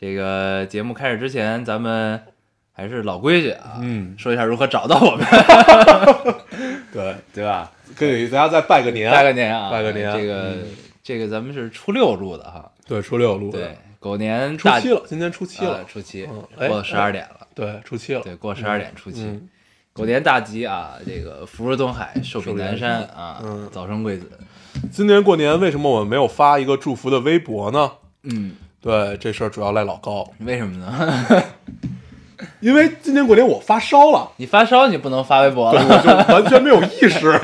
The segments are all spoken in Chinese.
这个节目开始之前，咱们还是老规矩啊，嗯，说一下如何找到我们，对，对吧？给大家再拜个 年，拜个年啊，拜个年这个、这个咱们是初六录的哈，对，初六录对的，，狗年初大七了，今天初七啊了，初七嗯哎过十二点了，对，初七了，对，过十二点初七。嗯狗年大吉啊！这个福如东海，寿比南山啊！嗯早生贵子，今年过年为什么我们没有发一个祝福的微博呢？嗯，对，这事儿主要赖老高，为什么呢？ 因为今年过年我发烧了，你发烧你不能发微博对了，我就完全没有意识。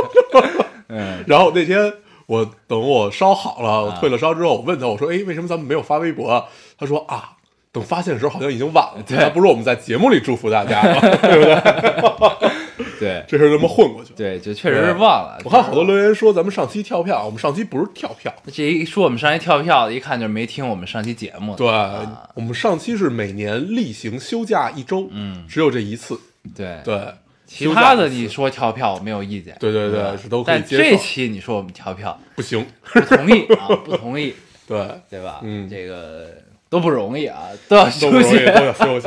嗯，然后那天我等我烧好啊了，我退了烧之后，我问他，我说：“哎，为什么咱们没有发微博啊？”他说：“啊，等发现的时候好像已经晚了。”对还不如我们在节目里祝福大家吧，对不对？对，这事儿这么混过去了。对，就确实是忘了。我看好多留言说咱们上期跳票，我们上期不是跳票，这一说我们上期跳票的，一看就是没听我们上期节目。对，啊我们上期是每年例行休假一周，嗯只有这一次，对，对，其他休假的一次你说跳票我没有意见。对对对是都可以但接受这期你说我们跳票，不行，不同意啊，不同意， 对，对吧？嗯这个都不容易啊，都要都不休容易，息。都要休息。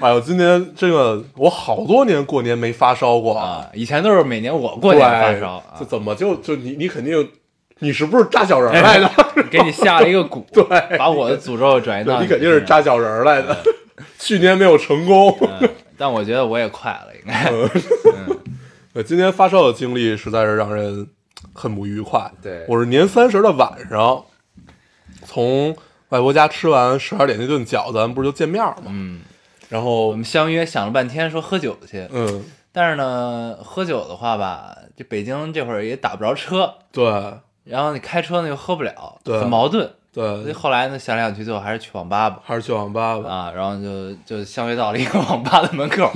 哎呦，今年这个我好多年过年没发烧过，啊，以前都是每年我过年发烧对啊这，怎么就就你你肯定你是不是扎小人儿来的？给你下了一个蛊， 对把我的诅咒转移对到 你肯定是身上。扎小人儿来的。哎 去年没有成功，嗯，但我觉得我也快了，应 该。对，今天发烧的经历实在是让人很不愉快。对我是年三十的晚上，从外婆家吃完十二点那顿饺子，咱们不是就见面儿吗？嗯，然我后们，相约想了半天，说喝酒去。嗯，但是呢，喝酒的话吧，这北京这会儿也打不着车，对然后你开车呢又喝不了，对很矛盾。所以对，后来呢，想来想去，最后还是去网吧吧。还是去网吧吧。啊，然后就就相约到了一个网吧的门口，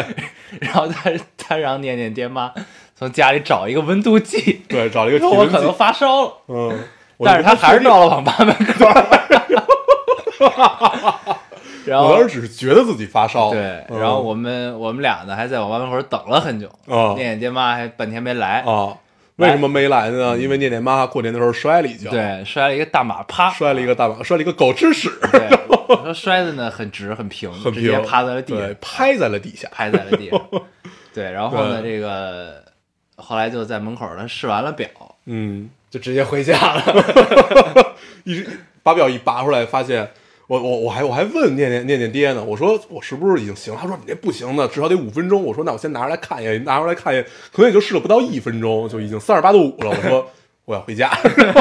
然后他他让念念爹妈从家里找一个温度计，对，找了一个说 体我温可能计，发烧了，嗯，我 但是他还是到了网吧门口。然 我后当时只是觉得自己发烧，对，嗯然后我们我们俩呢还在网吧门口等了很久，哦念念爹妈还半天没来，啊，为什么没来呢？因为念念妈过年的时候摔了一跤，，对，摔了一个大马趴，哦摔了一个大马，摔了一个狗吃屎， 对，我说摔的呢很直很平，很直平接，趴在了地对上，拍在了地下，拍在了地上。 对，然后呢，对这个后来就在门口呢试完了表，嗯，就直接回家了。一把表一拔出来，发现我我我还我还问念念念念爹呢，我说我是不是已经行了？他说你这不行呢，至少得五分钟。我说那我先拿出来看一眼，拿出来看一眼，可能也就试了不到一分钟，就已经三十八度五了。我说我要回家，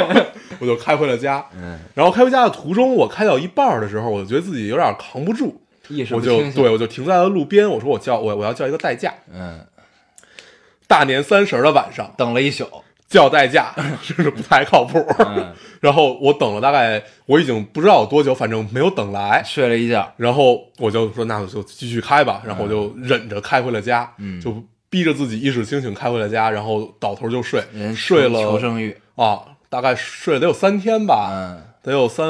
我就开回了家。嗯，然后开回家的途中，我开到一半儿的时候，我就觉得自己有点扛不住，意识我不就清对醒，我就停在了路边，我说我叫我我要叫一个代驾。嗯，大年三十儿的晚上，等了一宿，叫 代驾真是不太靠谱。嗯 然后我等了大概，我已经不知道有多久，反正没有等来。睡了一觉，然后我就说，那我就继续开吧。然后我就忍着开回了家，嗯就逼着自己意识清醒开回了家，然后倒头就睡，人睡求求了生欲，啊，大概睡了得有三天吧，嗯得有三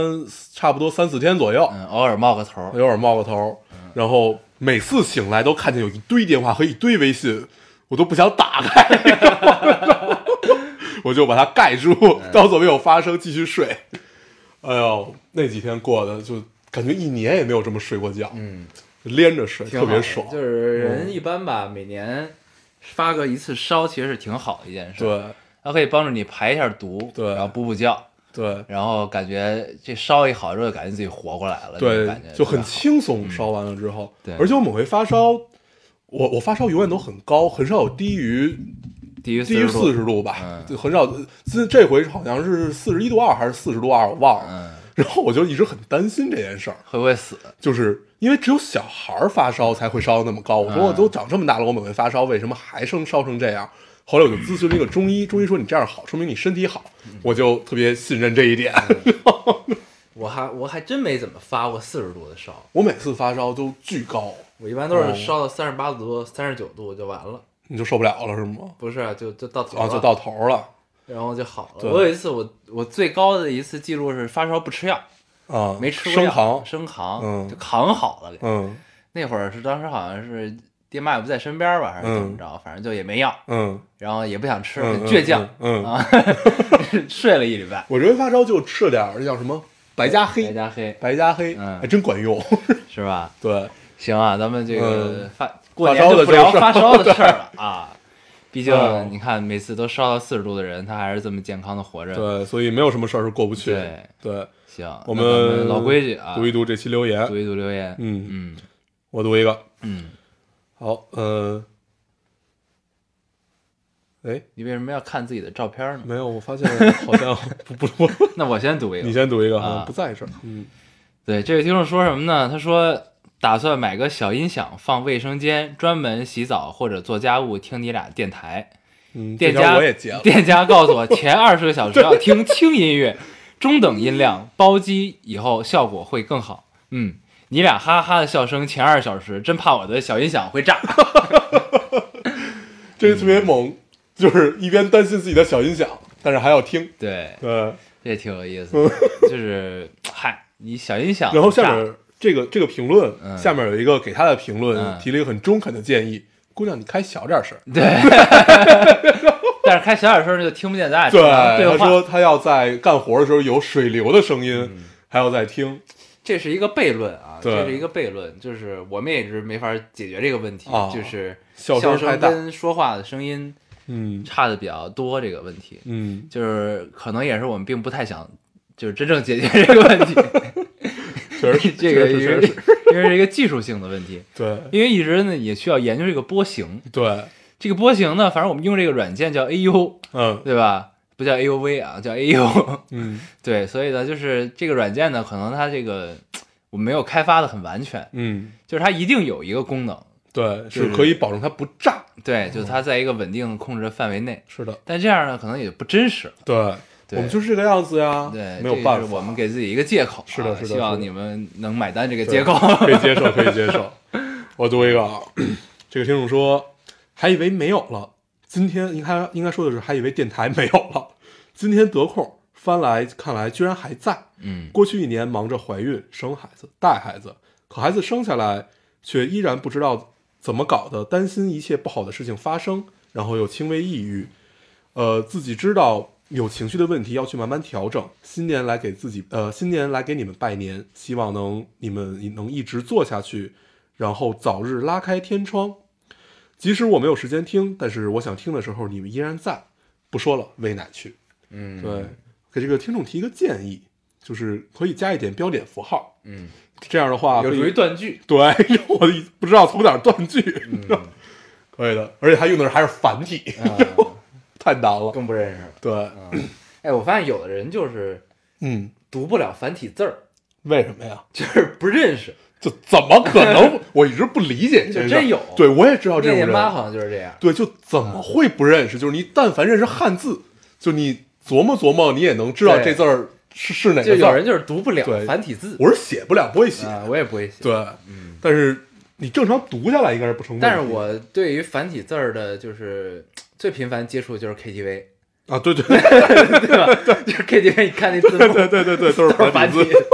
差不多三四天左右，嗯，偶尔冒个头我儿，有点冒个头。嗯然后每次醒来都看见有一堆电话和一堆微信，我都不想打开， 我就把它盖住，哎当做没有发生，继续睡。哎呦，那几天过的就感觉一年也没有这么睡过觉，嗯，连着睡挺特好别的爽。嗯就是人一般吧，每年发个一次烧，其实是挺好的一件事。，对它可以帮助你排一下毒，对然后补补觉，对然后感觉这烧一好之后，感觉自己活过来了，这种感觉对，就很特别好嗯轻松。烧完了之后，对而且我每回发烧，我我发烧永远都很高，很少有低于低于低于四40度，十度吧，嗯就很少。这这回好像是四十一度二还是四十度二，我忘了。嗯， 然后我就一直很担心这件事儿，会不会死？就是因为只有小孩儿发烧才会烧得那么高。我说嗯我都长这么大了，我每回发烧为什么还生烧成这样？后来我就咨询了一个嗯中医，中医说你这样好，说明你身体好，我就特别信任这一点。我还我还真没怎么发过四十度的烧， 我每次发烧都巨高，我一般都嗯是烧到三十八度、三十九度就完了，你就受不了了是吗？不是就就到头了，啊，就到头了然后就好了。对我有一次我我最高的一次记录是发烧不吃药，啊，没吃过生药扛，生扛，嗯就扛好了给。嗯那会儿是当时好像是爹妈也不在身边吧，还是怎么着，反正就也没药，嗯，然后也不想吃，嗯很倔强、嗯嗯嗯啊， 睡了一礼拜，我觉得发烧就吃了点儿那叫什么白加黑，白加黑白加黑，嗯还真管用。是吧？ 对，行啊，咱们这个嗯发、过年就不聊发烧的事儿 了啊。毕嗯竟你看，每次都烧到四十度的人，他还是这么健康的活着。对，所以没有什么事儿是过不去。对对，行，我那咱们老规矩啊，读一读这期留言读，一读留言。嗯，嗯我读一个，嗯，好，呃，哎，你为什么要看自己的照片 呢？没有，我发现好 像不不不，那我先读一个。你先读一个，好啊像不在这儿，嗯，对，这位听众说什么呢？他说打算买个小音响放卫生间，专门洗澡或者做家务听你俩电台。嗯，店这条家我也截了，店家告诉我，前二十个小时要听轻音乐，中等音量，包机以后效果会更好。嗯，你俩哈哈的笑声前二小时，真怕我的小音响会炸。这个特别猛，就是一边担心自己的小音响，但是还要听，对，对，这也挺有意思的， 就是嗨，你小音响，嗯然后下面这个这个评论、嗯下面有一个给他的评论、嗯提了一个很中肯的建议，姑娘你开小点声儿。 对，但是开小点声就听不见咱俩对，对他话。说他要在干活的时候有水流的声音，嗯还要在听这是一个悖论啊，对这是一个悖论，就是我们也是没法解决这个问题，啊就是笑声太大跟说话的声音嗯差的比较多这个问题， 嗯，就是可能也是我们并不太想，就是真正解决这个问 题，确实是这个确因实为是， 因为是一个技术性的问题， 对因为一直呢也需要研究这个波形，对，这个波形呢，反正我们用这个软件叫 AU，嗯对吧？不叫 AUV 啊，叫 AU。嗯 对，所以呢，就是这个软件呢，可能它这个我没有开发的很完全，嗯，就是它一定有一个功能，对，就是是可以保证它不炸，对，就是它在一个稳定控制的范围内。是的，但这样呢，可能也不真实。对，对我们就是这个样子呀，对，啊没有这办是法，我们给自己一个借口啊、是的是的希是望的你们能买单这个对 借口。可以接 受，可以接受。我读一个啊， 这个听众说，还以为没有了，今天应该应该说的是还以为电台没有了，今天得空翻来看来居然还在，嗯，过去一年忙着怀孕、生孩子、带孩子，可孩子生下来却依然不知道怎么搞的，担心一切不好的事情发生，然后又轻微抑郁。呃，自己知道有情绪的问题要去慢慢调整。新年来给自己，呃，新年来给你们拜年，希望能你们能一直做下去，然后早日拉开天窗。即使我没有时间听，但是我想听的时候你们依然在。不说了，喂奶去。嗯，对，给这个听众提一个建议，就是可以加一点标点符号。嗯，这样的话有可以助于断句。对， 让我一不知道从哪儿断句。嗯 啊可以的，而且他用的还是繁体， 太难了。更不认识了。对， 哎，我发现有的人就是嗯，读不了繁体字儿，为什么呀？就是不认识。就怎么可 能？我一直不理解这件事儿就真有对我也知哦道这念念种妈人，好像就是这样。对，就怎么会不认识？就是你但凡认识汉字，就你琢磨琢磨，你也能知道对这字儿是是 哪就个字有人儿。就是读不了对繁体字。我是写不了，不会写。啊，我也不会写。对，但是你正常读下来应该是不成问题。但是我对于繁体字儿的，就是最频繁接触就是 KTV，啊，对对对对吧？ 就是 KTV，你看那字幕对对对对，都是都是繁繁体体字，。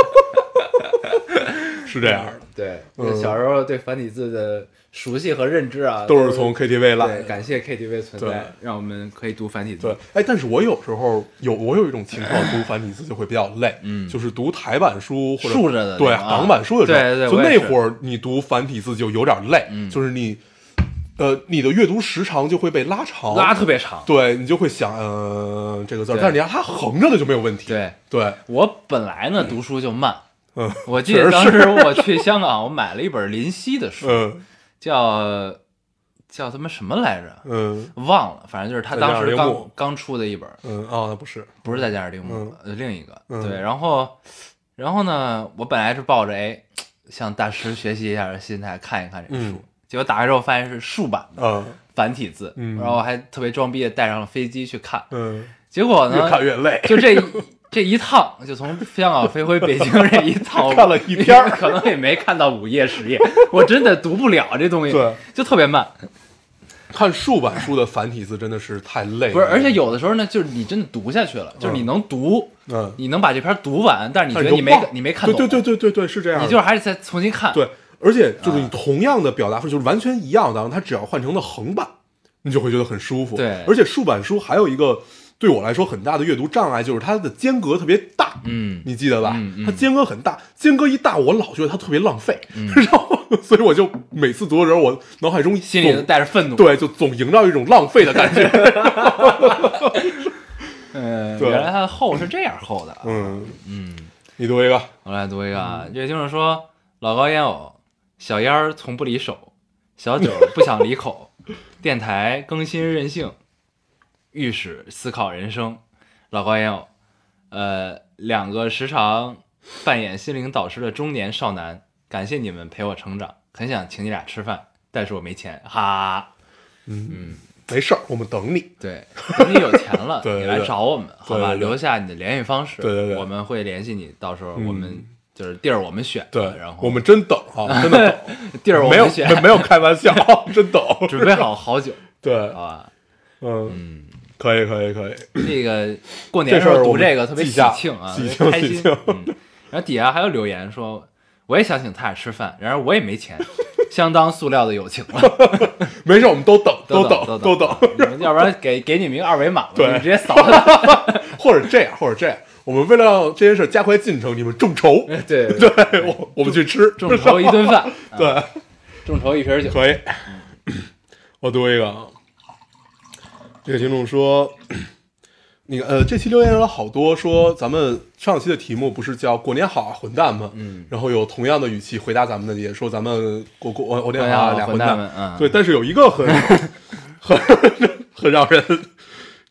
是这样的， 对，嗯就小时候对繁体字的熟悉和认知啊，都是从 KTV 来对，的。感谢 KTV 存在对，让我们可以读繁体字对。，哎，但是我有时候有我有一种情 况，读繁体字就会比较累，嗯就是读台版书或者竖着的对那种啊港版书的时候，对对对就我也那是嗯会儿你读繁体字就有点累，就是你，呃，你的阅读时长就会被拉长，拉特别长。对你就会想，嗯、这个字儿，对但是你让它横着的就没有问题，对对，我本来呢读书就慢，嗯我记确得实当是时我去香港，我买了一本林夕的书，嗯叫叫他妈什么来着？嗯忘了，反正就是他当在时家耳钉刚木刚出的一本，嗯，哦，那不是，不是在加尔丁嗯木，呃另一个。嗯对，然后然后呢，我本来是抱着哎向大师学习一下的心态看一看这个书嗯，结果打开之后发现是竖版的嗯繁体字，嗯然后我还特别装逼的带上了飞机去看，嗯，结果越呢，看越累， 就这一这一趟就从香港飞回北京这一趟， 看了一 篇儿可能也没看到五页十 页，我真的读不了这东西，对，就特别慢。看竖版书的繁体字真的是太累了，不是，而且有的时候呢，就是你真的读下去了，就是你能读，嗯你能把这篇读完，但是你觉但得就你没忘你没看懂，对对对对对对，是这样的，你就是还啊得再重新看。，对，而且就是你同样的表达方式，就是完全一样的，它只要换成了横版，你就会觉得很舒服。对而且竖版书还有一个对我来说很大的阅读障碍，就是它的间隔特别大。嗯你记得吧？嗯嗯它间隔很大，间隔一大，我老觉得它特别浪费，嗯然后所以我就每次读的时候，我脑海中心里总就带着愤怒。，对，就总营造一种浪费的感觉。 嗯，对原来它的厚是这样厚的。嗯嗯，你读一个，我来读一个啊，这位听众说：老高烟偶，小烟儿从不离手，小酒儿不想离 口，电台更新任性，御史思考人生。老高烟偶，呃，两个时常扮演心灵导师的中年少男，感谢你们陪我成长，很想请你俩吃饭，但是我没钱，哈。没事儿，我们等你。对， 等你有钱了，对对你对来找我们，好吧？对对对留下你的联系方式，对对对我们会联系你。到时候我们嗯就是地儿我们选，对，然后哎我们真等啊，真 的等，地儿我没有们选，没有开 玩笑，真等。准备好好酒，对好，吧？嗯，可以，可以，可以。这个过年时这事候儿我读们这个特别记喜下庆啊，喜特别开庆喜心。庆嗯，然后底下还有留言说，我也想请他俩吃饭，然而我也没钱，相当塑料的友情了。 没事，我们都等，等等，都都等。等，嗯要不然给给你们一个二维码吧，对你们直接扫了。 或者这样，或者这样，我们为了让这件事加快进程，你们众筹，对，对 我，我们去吃，哎众筹一顿饭， 啊对，众筹一瓶酒。可以。我读一个啊，这个听众说， 那个呃，这期留言有好多说咱们上期的题目不是叫“过年好啊，混蛋们”，嗯，然后有同样的语气回答咱们的，也说咱们过过我我大年家哦好啊好俩混蛋蛋们，嗯，对，但是有一个很 很 很让人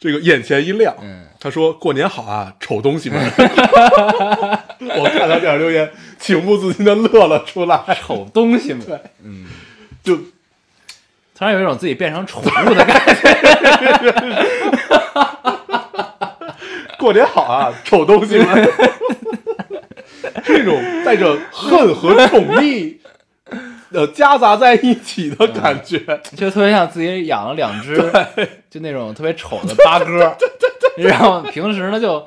这个眼前一亮。嗯，他说过年好啊，丑东西们。 我看到这条留言，情不自禁的乐了出来， 丑东西们，就突然有一种自己变成宠物的感觉。过年好啊，丑东西们。这种带着恨和宠溺，呃，夹杂在一起的感觉， 就特别像自己养了两只，就那种特别丑的八哥。然后平时呢就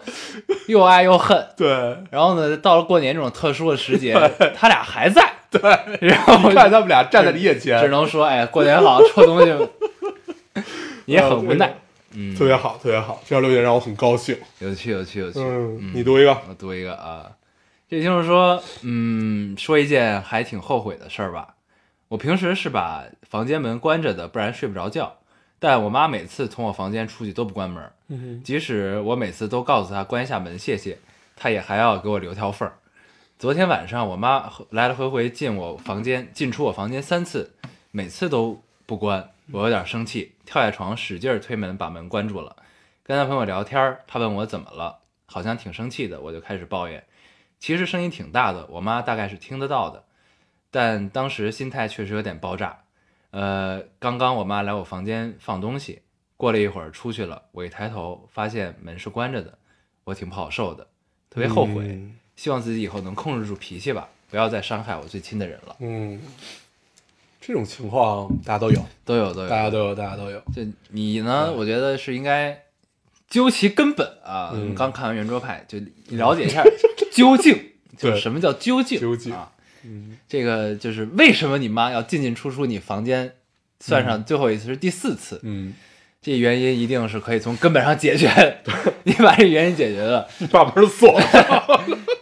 又爱又恨，对。然后呢到了过年这种特殊的时节，他俩还在。对，然后看他们俩站在你眼前，只能说，哎，过年好，臭东 西们，嗯也很无奈。嗯特别好，特别好。这条留言让我很高兴。有趣，有趣，有趣。嗯，你读一个。我读一个啊，这听众说，嗯，说一件还挺后悔的事儿吧。我平时是把房间门关着的，不然睡不着觉。但我妈每次从我房间出去都不关门儿，即使我每次都告诉她关一下门，谢谢，她也还要给我留条缝儿。昨天晚上我妈和来来回回进我房间，进出我房间三次，每次都不关，我有点生气，跳下床使劲儿推门把门关住了。跟男朋友聊天儿，他问我怎么了，好像挺生气的，我就开始抱怨。其实声音挺大的，我妈大概是听得到的，但当时心态确实有点爆炸。呃，刚刚我妈来我房间放东西，过了一会儿出去了，我一抬头发现门是关着的，我挺不好受的，特别后悔。嗯希望自己以后能控制住脾气吧，不要再伤害我最亲的人了。嗯，这种情况大家都有，都有都有大，家都有，大家都有。就你呢？我觉得是应该究其根本啊。嗯刚看完圆桌派，就了解一 下究竟，就对是什么叫究竟？究竟啊，这个就是为什么你妈要进进出出你房间，算上最后一次是第四次，嗯，这原因一定是可以从根本上解决的。 你把这原因解决了，把 门锁了。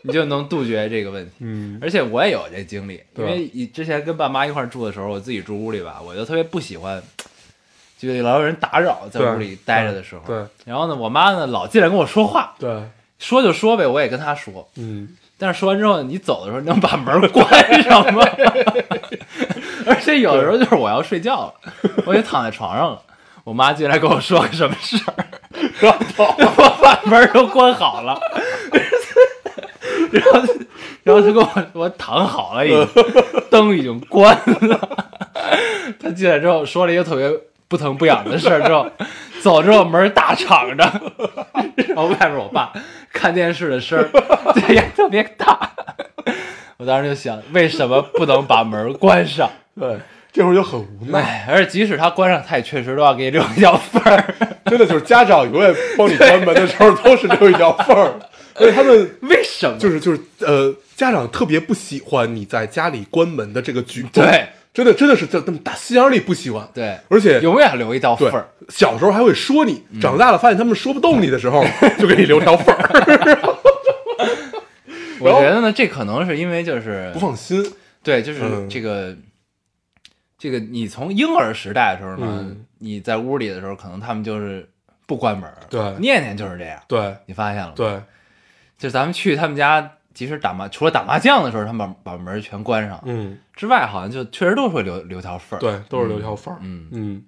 你就能杜绝这个问题。嗯，而且我也有这经历，因对吧为以之前跟爸妈一块儿住的时候，我自己住屋里吧，我就特别不喜欢，就老有人打扰，在对屋里待着的时候。对对然后呢，我妈呢老进来跟我说话，对，说就说呗，我也跟她说。嗯， 但是说完之后，你走的时候能把门关上吗？ 而且有的时候就是我要睡觉了，我也躺在床上了，我妈进来跟我说个什么事儿，然后我把 门儿都关好了，然后然后他跟我我躺好了已经，灯已经关了。他进来之后说了一个特别不疼不痒的事儿之后，走之后门儿大敞着，然后外面我爸看电视的声儿对呀特别大，我当时就想，为什么不能把门儿关上？对，这会儿就很无奈，哎，而且即使他关上，他也确实都要给你留一道缝儿。真的就是家长永远帮你关门的时候都是留一条缝儿，而且他们为什么？就是就是呃，家长特别不喜欢你在家里关门的这个举动，对，真的真的是在他们打心眼儿里不喜欢，对而且永远留一道缝对儿。，小时候还会说你，长大了发现他们说不动你的时候，就给你留条缝儿，我觉得呢，这可能是因为就是 不放心。对，就是嗯这个、这个，你从婴儿时代的时候呢，嗯你在屋里的时候，可能他们就是不关门儿，对念念就是这样，对你发现了吗？，对，就是咱们去他们家，即使打麻，除了打麻将的时候，他们把把门儿全关上、嗯，之外，好像就确实都会留留条缝儿。，对，都是留条缝儿。嗯，嗯，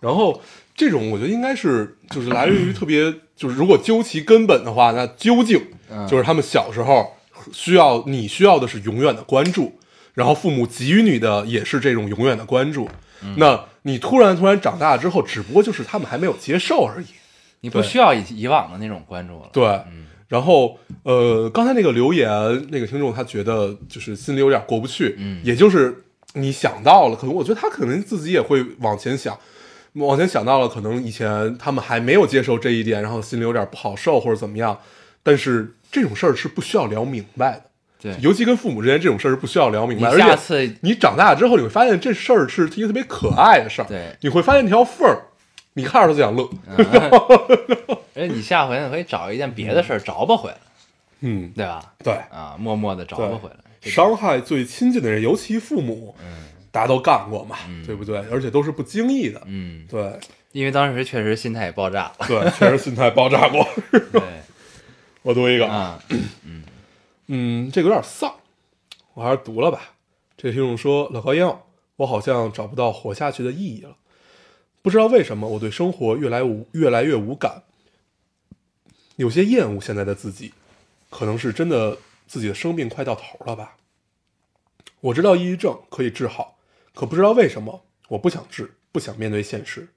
然后这种我觉得应该是就是来源于特别，就是如果究其根本的话，那究竟嗯就是他们小时候需要你需要的是永远的关注，然后父母给予你的也是这种永远的关注。嗯那你突然突然长大之后，只不过就是他们还没有接受而已。你不对需要以以往的那种关注了。对，然后呃，刚才那个留言，那个听众他觉得就是心里有点过不去，嗯也就是你想到了，可能我觉得他可能自己也会往前想，往前想到了，可能以前他们还没有接受这一点，然后心里有点不好受或者怎么样，但是这种事儿是不需要聊明白的。对尤其跟父母之间这种事儿是不需要聊明你白，而下且次你长大之后，你会发现这事儿是一个特别可爱的事儿。对你会发现条缝儿，你看着都想乐。而哎且你下回呢可以找一件别的事儿着吧回来，嗯，对吧？对，啊，默默的着吧回来。伤害最亲近的人，尤其父母，大家都干过嘛，对不对？而且都是不经意的，嗯，对因为当时确实心态也爆炸了。对，确实心态爆炸过。 对我读一 个，啊，嗯，这个有点丧，我还是读了吧。这个听众说：“老高烟，我好像找不到活下去的意义了，不知道为什么我对生活越来无越来越无感，有些厌恶现在的自己，可能是真的自己的生病快到头了吧。我知道抑郁症可以治好，可不知道为什么我不想治，不想面对现实。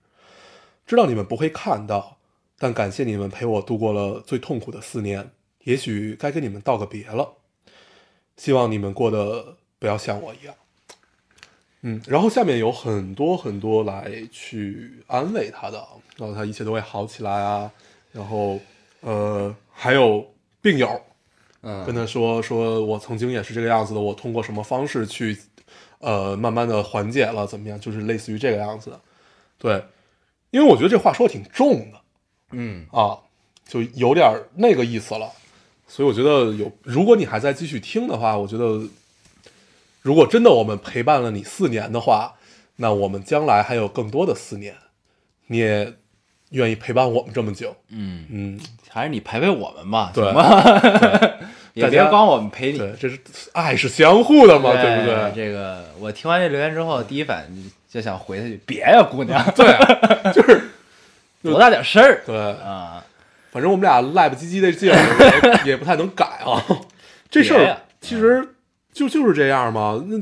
知道你们不会看到，但感谢你们陪我度过了最痛苦的四年。也许该跟你们道个别了，希望你们过得不要像我一样。嗯，然后下面有很多很多来去安慰他的，然后他一切都会好起来啊。然后，呃，还有病友跟嗯，他说说，我曾经也是这个样子的，我通过什么方式去，呃，慢慢的缓解了，怎么样，就是类似于这个样子的。对，因为我觉得这话说的挺重的，嗯，啊，就有点儿那个意思了。所以我觉得有，如果你还在继续听的话，我觉得如果真的我们陪伴了你四年的话，那我们将来还有更多的四年，你也愿意陪伴我们这么久，嗯，嗯，还是你陪陪我们吧，对行吧？ 也大别家光我们陪你，对，这是爱是相互的嘛，对对不对？这个我听完这留言之后，第一反应就想回他一句：“别呀，姑娘，对，啊就是 多大点事儿对，啊反正我们俩赖不唧唧的劲儿也 也不太能改啊。这事别呀儿其实就就是这样嘛。那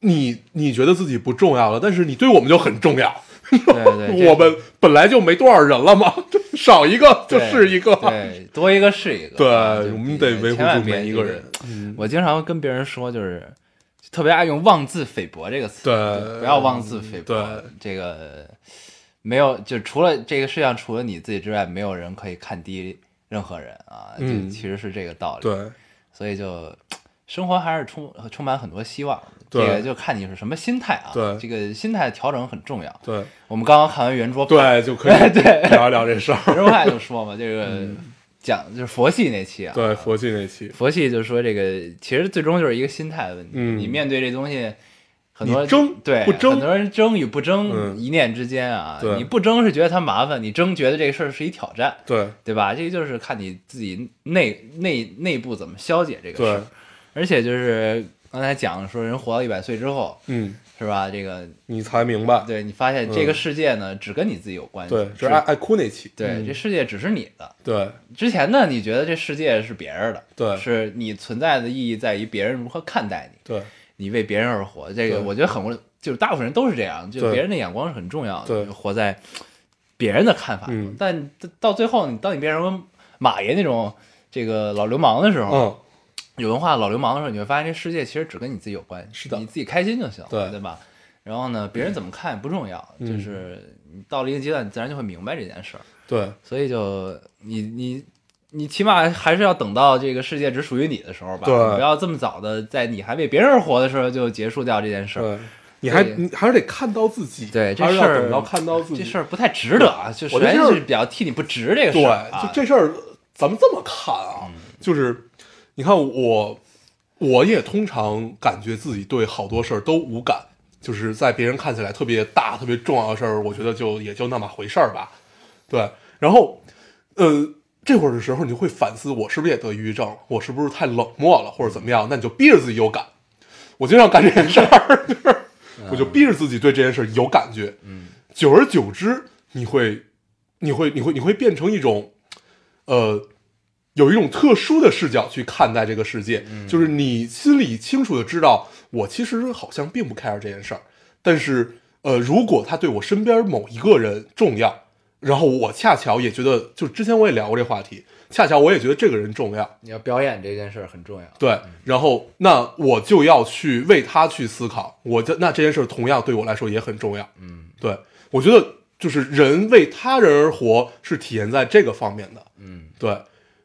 你你觉得自己不重要了，但是你对我们就很重要。！”对对，这 我们本来就没多少人了嘛， 少一个 就对是一个。对，多一个是一个。对啊就我们得维护千万住别每一这个人。嗯我经常跟别人说，就是特别爱用“妄自菲薄”这个词，对不要妄自菲薄。对，这个没有，就除了这个世界上除了你自己之外，没有人可以看低任何人啊。嗯就其实是这个道理。，对所以就生活还是充充满很多希望。对这个就看你是什么心态啊。对这个心态调整很重要。对我们刚刚看完圆桌派，对，就 可以聊一聊这事儿。圆桌 派就说嘛，这个讲就是佛系那期啊。嗯对佛系那期，佛系就是说这个，其实最终就是一个心态的问题。嗯你面对这东西，很多你争对不争很多人争与不争、嗯一念之间啊。对你不争是觉得它麻烦，你争觉得这个事儿是一挑战，对对吧？这个就是看你自己内内内部怎么消解这个事对儿。，而且就是刚才讲说，人活到一百岁之后，嗯，是吧？这个你才明白。对你发现这个世界呢，只跟你自己有关系。嗯对，这只是啊爱爱哭那期。嗯对、这世界只是你的，对之前呢，你觉得这世界是别人的，对是你存在的意义在于别人如何看待你，对你为别人而活。这个对我觉得很无，就是大部分人都是这样，就对别人的眼光是很重要的，对就活在别人的看法。嗯但到到最后，你当你变成马爷那种这个老流氓的时候，嗯，有文化的老流氓的时候，你会发现这世界其实只跟你自己有关，是的你自己开心就行，对对吧？然后呢，别人怎么看也不重要，嗯就是你到了一个阶段，你自然就会明白这件事儿。对，所以就你你你起码还是要等到这个世界只属于你的时候吧，对你不要这么早的在你还为别人活的时候就结束掉这件事儿。对，你还对你还是得看到自己，对这还是要事儿等到看到自己。这事儿不太值得啊，就我觉首得先这事儿是比较替你不值这个事对，儿啊嗯就。这事儿咱们这么看啊，就是你看我，我也通常感觉自己对好多事儿都无感，就是在别人看起来特别大、特别重要的事儿，我觉得就也就那么回事儿吧。对，然后，呃，这会儿的时候，你就会反思，我是不是也得抑郁症了？我是不是太冷漠了，或者怎么样？那你就逼着自己有感。我经常干这件事儿，就是嗯我就逼着自己对这件事儿有感觉。嗯，久而久之，你会，你会，你会，你会变成一种，呃，有一种特殊的视角去看待这个世界，就是你心里清楚的知道，我其实好像并不 care 这件事儿，但是呃，如果他对我身边某一个人重要，然后我恰巧也觉得，就之前我也聊过这话题，恰巧我也觉得这个人重要，你要表演这件事儿很重要，对，然后那我就要去为他去思考，我这那这件事儿同样对我来说也很重要，嗯，对我觉得就是人为他人而活是体现在这个方面的，嗯，对，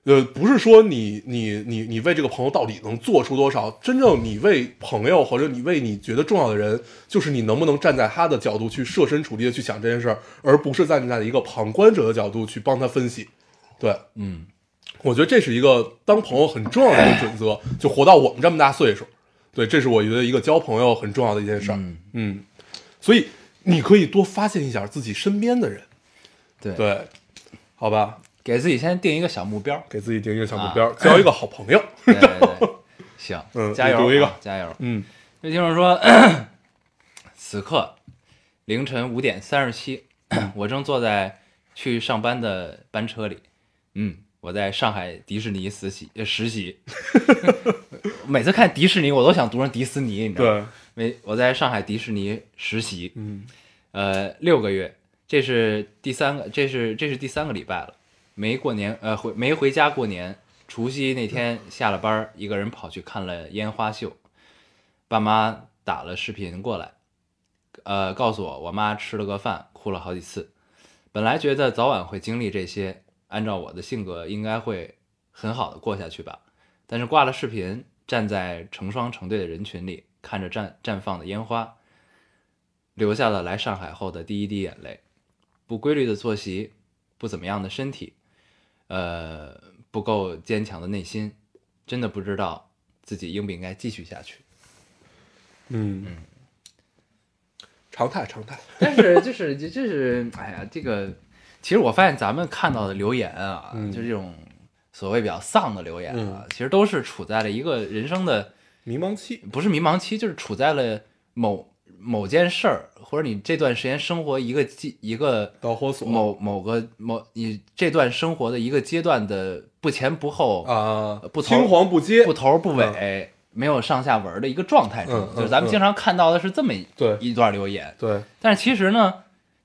呃，不是说你你你你为这个朋友到底能做出多少，真正你为朋友或者你为你觉得重要的人，就是你能不能站在他的角度去设身处地的去想这件事儿，而不是站在一个旁观者的角度去帮他分析。对，嗯，我觉得这是一个当朋友很重要的一个准则，就活到我们这么大岁数，对，这是我觉得一个交朋友很重要的一件事儿。嗯所以你可以多发现一下自己身边的人，对，对，好吧，，给自己先定一个小目标儿给自己定一个小目标，交一个好朋友。对对对， 行，嗯加油你啊，读一个加油。嗯这听众说， 此刻凌晨五点三十七， 我正坐在去上班的班车里。嗯，我在上海迪士尼实习呃实习。 每次看迪士尼，我都想读成迪斯尼，你知道吗？对，没，我在上海迪士尼实习，嗯呃，六个月，这是第三个，这是这是第三个礼拜了，没过年，呃，回没回家过年。除夕那天下了班儿，一个人跑去看了烟花秀，爸妈打了视频过来，呃，告诉我我妈吃了个饭，哭了好几次。本来觉得早晚会经历这些，按照我的性格应该会很好的过下去吧。但是挂了视频，站在成双成对的人群里，看着绽绽放的烟花，流下了来上海后的第一滴眼泪。不规律的作息，不怎么样的身体，呃，不够坚强的内心，真的不知道自己应不应该继续下去。 嗯嗯，常态常态，但是就是就就是，哎呀，这个其实我发现咱们看到的留言啊，嗯就这种所谓比较丧的留言啊，嗯其实都是处在了一个人生的迷茫期。不是迷茫期，就是处在了某某件事儿，或者你这段时间生活一个季一个导火索某某个某你这段生活的一个阶段的不前不后啊，不青同黄不接，不头不尾，没有上下文的一个状态中，嗯嗯就是咱们经常看到的是这么一对一段留言，对，但是其实呢，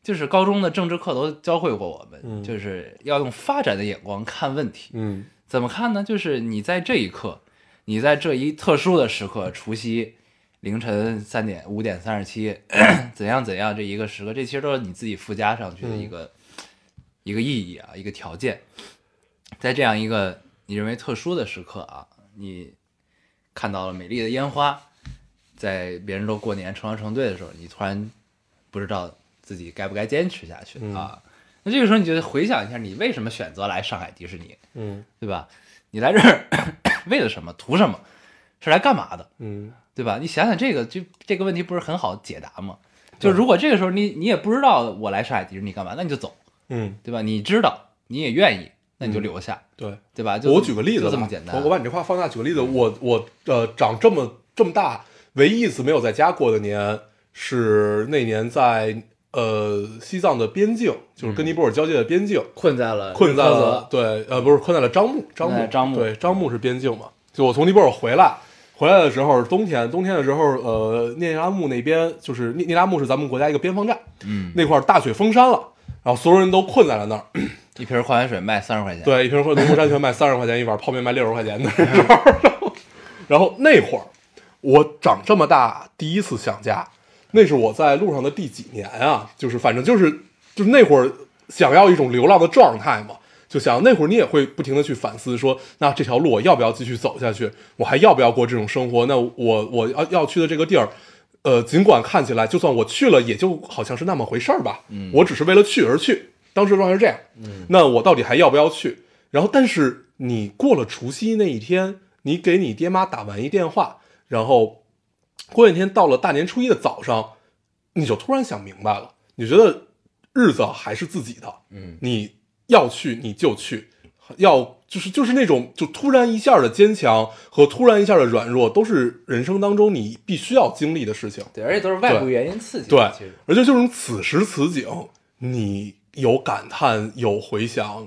就是高中的政治课都教会过我们，嗯就是要用发展的眼光看问题。嗯怎么看呢？就是你在这一刻，你在这一特殊的时刻，除夕凌晨三点、五点三十七， 怎样怎样这一个时刻，这其实都是你自己附加上去的一个、一个意义啊，一个条件。在这样一个你认为特殊的时刻啊，你看到了美丽的烟花，在别人都过年成双成对的时候，你突然不知道自己该不该坚持下去啊。那这个时候，你就回想一下，你为什么选择来上海迪士尼？嗯对吧？你来这儿 为了什么？图什么？是来干嘛的？嗯，对吧？你想想这个，就这个问题不是很好解答吗？就如果这个时候你你也不知道我来上海迪士尼干嘛，那你就走，嗯，对吧？你知道你也愿意，那你就留下，对。对吧？就嗯这我么举个例子吧，就这么简单。我我把你这话放大举个例子，我我呃长这么这么大，唯一一次没有在家过的年是那年在呃西藏的边境，嗯就是跟尼泊尔交界的边境，困在了困在呃苛责了对呃不是困在了樟木，樟困在木樟木对樟木是边境嘛，就我从尼泊尔回来，回来的时候，冬天冬天的时候，呃，聂拉木那边就是聂聂拉木是咱们国家一个边防站，嗯，那块儿大雪封山了，然后所有人都困在了那儿。一瓶矿泉水卖三十块钱，，对，一瓶喝农夫山泉卖三十块钱一碗，泡面卖六十块钱的时候， 然后那会儿我长这么大第一次想家，那是我在路上的第几年啊？就是反正就是就是那会儿想要一种流浪的状态嘛，就想那会儿你也会不停的去反思说，那这条路我要不要继续走下去？我还要不要过这种生活？那我我要要去的这个地儿。呃，尽管看起来，就算我去了，也就好像是那么回事儿吧。嗯，我只是为了去而去，当时状态是这样。嗯，那我到底还要不要去？然后，但是你过了除夕那一天，你给你爹妈打完一电话，然后过几天到了大年初一的早上，你就突然想明白了，你觉得日子还是自己的，嗯，你要去你就去，要就是就是那种就突然一下的坚强和突然一下的软弱，都是人生当中你必须要经历的事情。对，而且都是外部原因刺激对的，其实，而且就是此时此景，你有感叹有回响，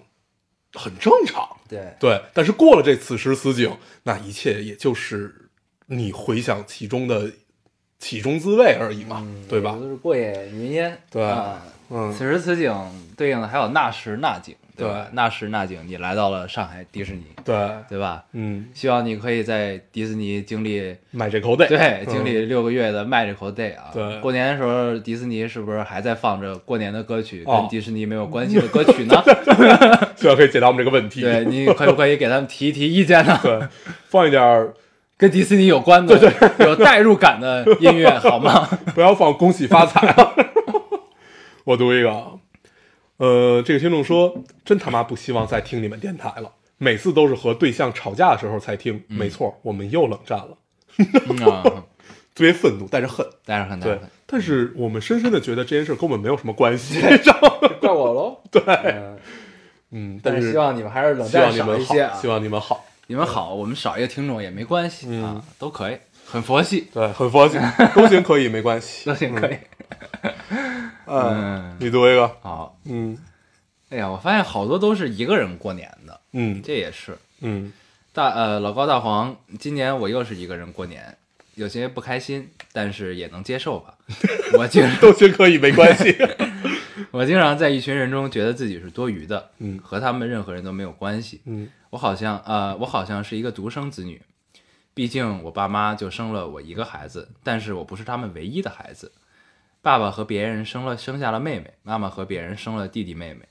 很正常。对对，但是过了这此时此景，那一切也就是你回想其中的其中滋味而已嘛，嗯对吧嗯都？是过眼云烟，对啊嗯此时此景对应的还有那时那景，对吧？对那时那景，你来到了上海迪士尼，对，对吧？嗯，希望你可以在迪士尼经历买这口得，对嗯经历六个月的 Magical Day 啊。对过年的时候迪士尼是不是还在放着过年的歌曲，哦跟迪士尼没有关系的歌曲 呢？希望可以解答我们这个问题。对你可不可以给他们提一提意见呢？对放一点儿，跟迪士尼有关的、 有代入感的音乐好吗？ 不要放恭喜发财啊！ 我读一个啊，呃，这个听众说，真他妈不希望再听你们电台了，每次都是和对象吵架的时候才听。没错，我们又冷战了，嗯啊，特别愤怒，带着恨。但是很难对很，但是我们深深的觉得这件事跟我们没有什么关系，你知道吗？怪我喽。对，嗯，但但是希望你们还是冷希望战你少们一些好，啊希。望你们好，你们好，我们少一个听众也没关系、嗯啊，都可以，很佛系， 对，很佛系， 都行可以，没关系都。行可以。嗯，你读一个，好，嗯哎呀，我发现好多都是一个人过年的，嗯这也是嗯大呃老高大黄，今年我又是一个人过年，有些不开心，但是也能接受 吧。我经都行可以，没关系。我经常在一群人中觉得自己是多余的，嗯和他们任何人都没有关系。嗯我好像呃，我好像是一个独生子女，毕竟我爸妈就生了我一个孩子，但是我不是他们唯一的孩子。爸爸和别人生了生下了妹妹，妈妈和别人生了弟弟妹妹，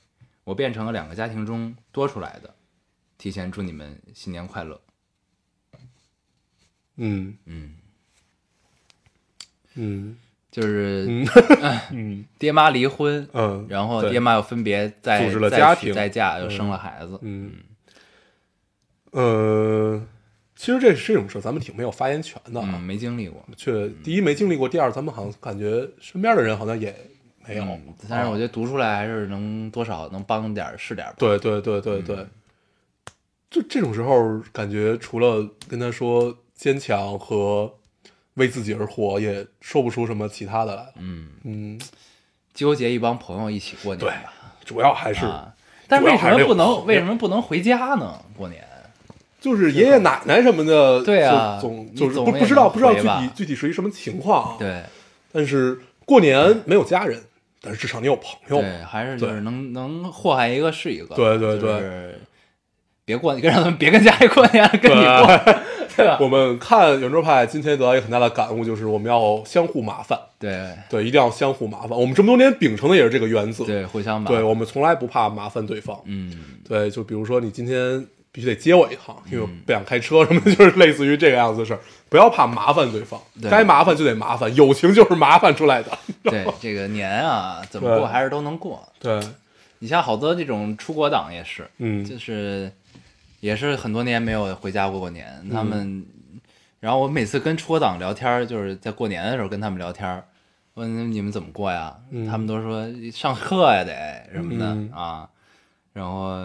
我变成了两个家庭中多出来的。提前祝你们新年快乐。嗯嗯，嗯就是、嗯 嗯爹妈离婚，嗯然后对爹妈又分别在组织了家庭再嫁又生了孩子。嗯，呃，其实这这种事儿咱们挺没有发言权的嗯，啊，没经历过，却第一没经历过，第二咱们好像感觉身边的人好像也没有嗯，但是我觉得读出来还是能多少能帮点儿是点儿吧。对对对对对，嗯就这种时候，感觉除了跟他说坚强和为自己而活，也说不出什么其他的来了。嗯，嗯，纠结一帮朋友一起过年对吧，主要还是、啊，但主要为还什是么不得有能朋为友什么不能回家呢？过年就是爷爷奶奶什么的，对啊就总你就是总不也不知道能不知道具回吧体具体是一什么情况啊。，对但是过年没有家人，但是至少你有朋友嘛。对，还是就是对能 能祸害一个是一个，对对对就是别过， 你跟让他们别跟家里过年，跟你过， 对吧？ 我们看圆桌派今天得到一个很大的感悟，就是我们要相互麻烦，对对，一定要相互麻烦。我们这么多年秉承的也是这个原则，对，互相吧，对，我们从来不怕麻烦对方。嗯，对，就比如说你今天必须得接我一趟，因为我不想开车什么的，就是类似于这个样子的事儿。不要怕麻烦对方，对该麻烦就得麻烦，友情就是麻烦 出来的。对这个年啊，怎么对过还是都能过。对，你像好多这种出国党也是，就嗯是也是很多年没有回家过过年，嗯他们，然后我每次跟出国党聊天儿，就是在过年的时候跟他们聊天儿，问你们怎么过呀？他们都说上课呀得什么的、嗯啊，然后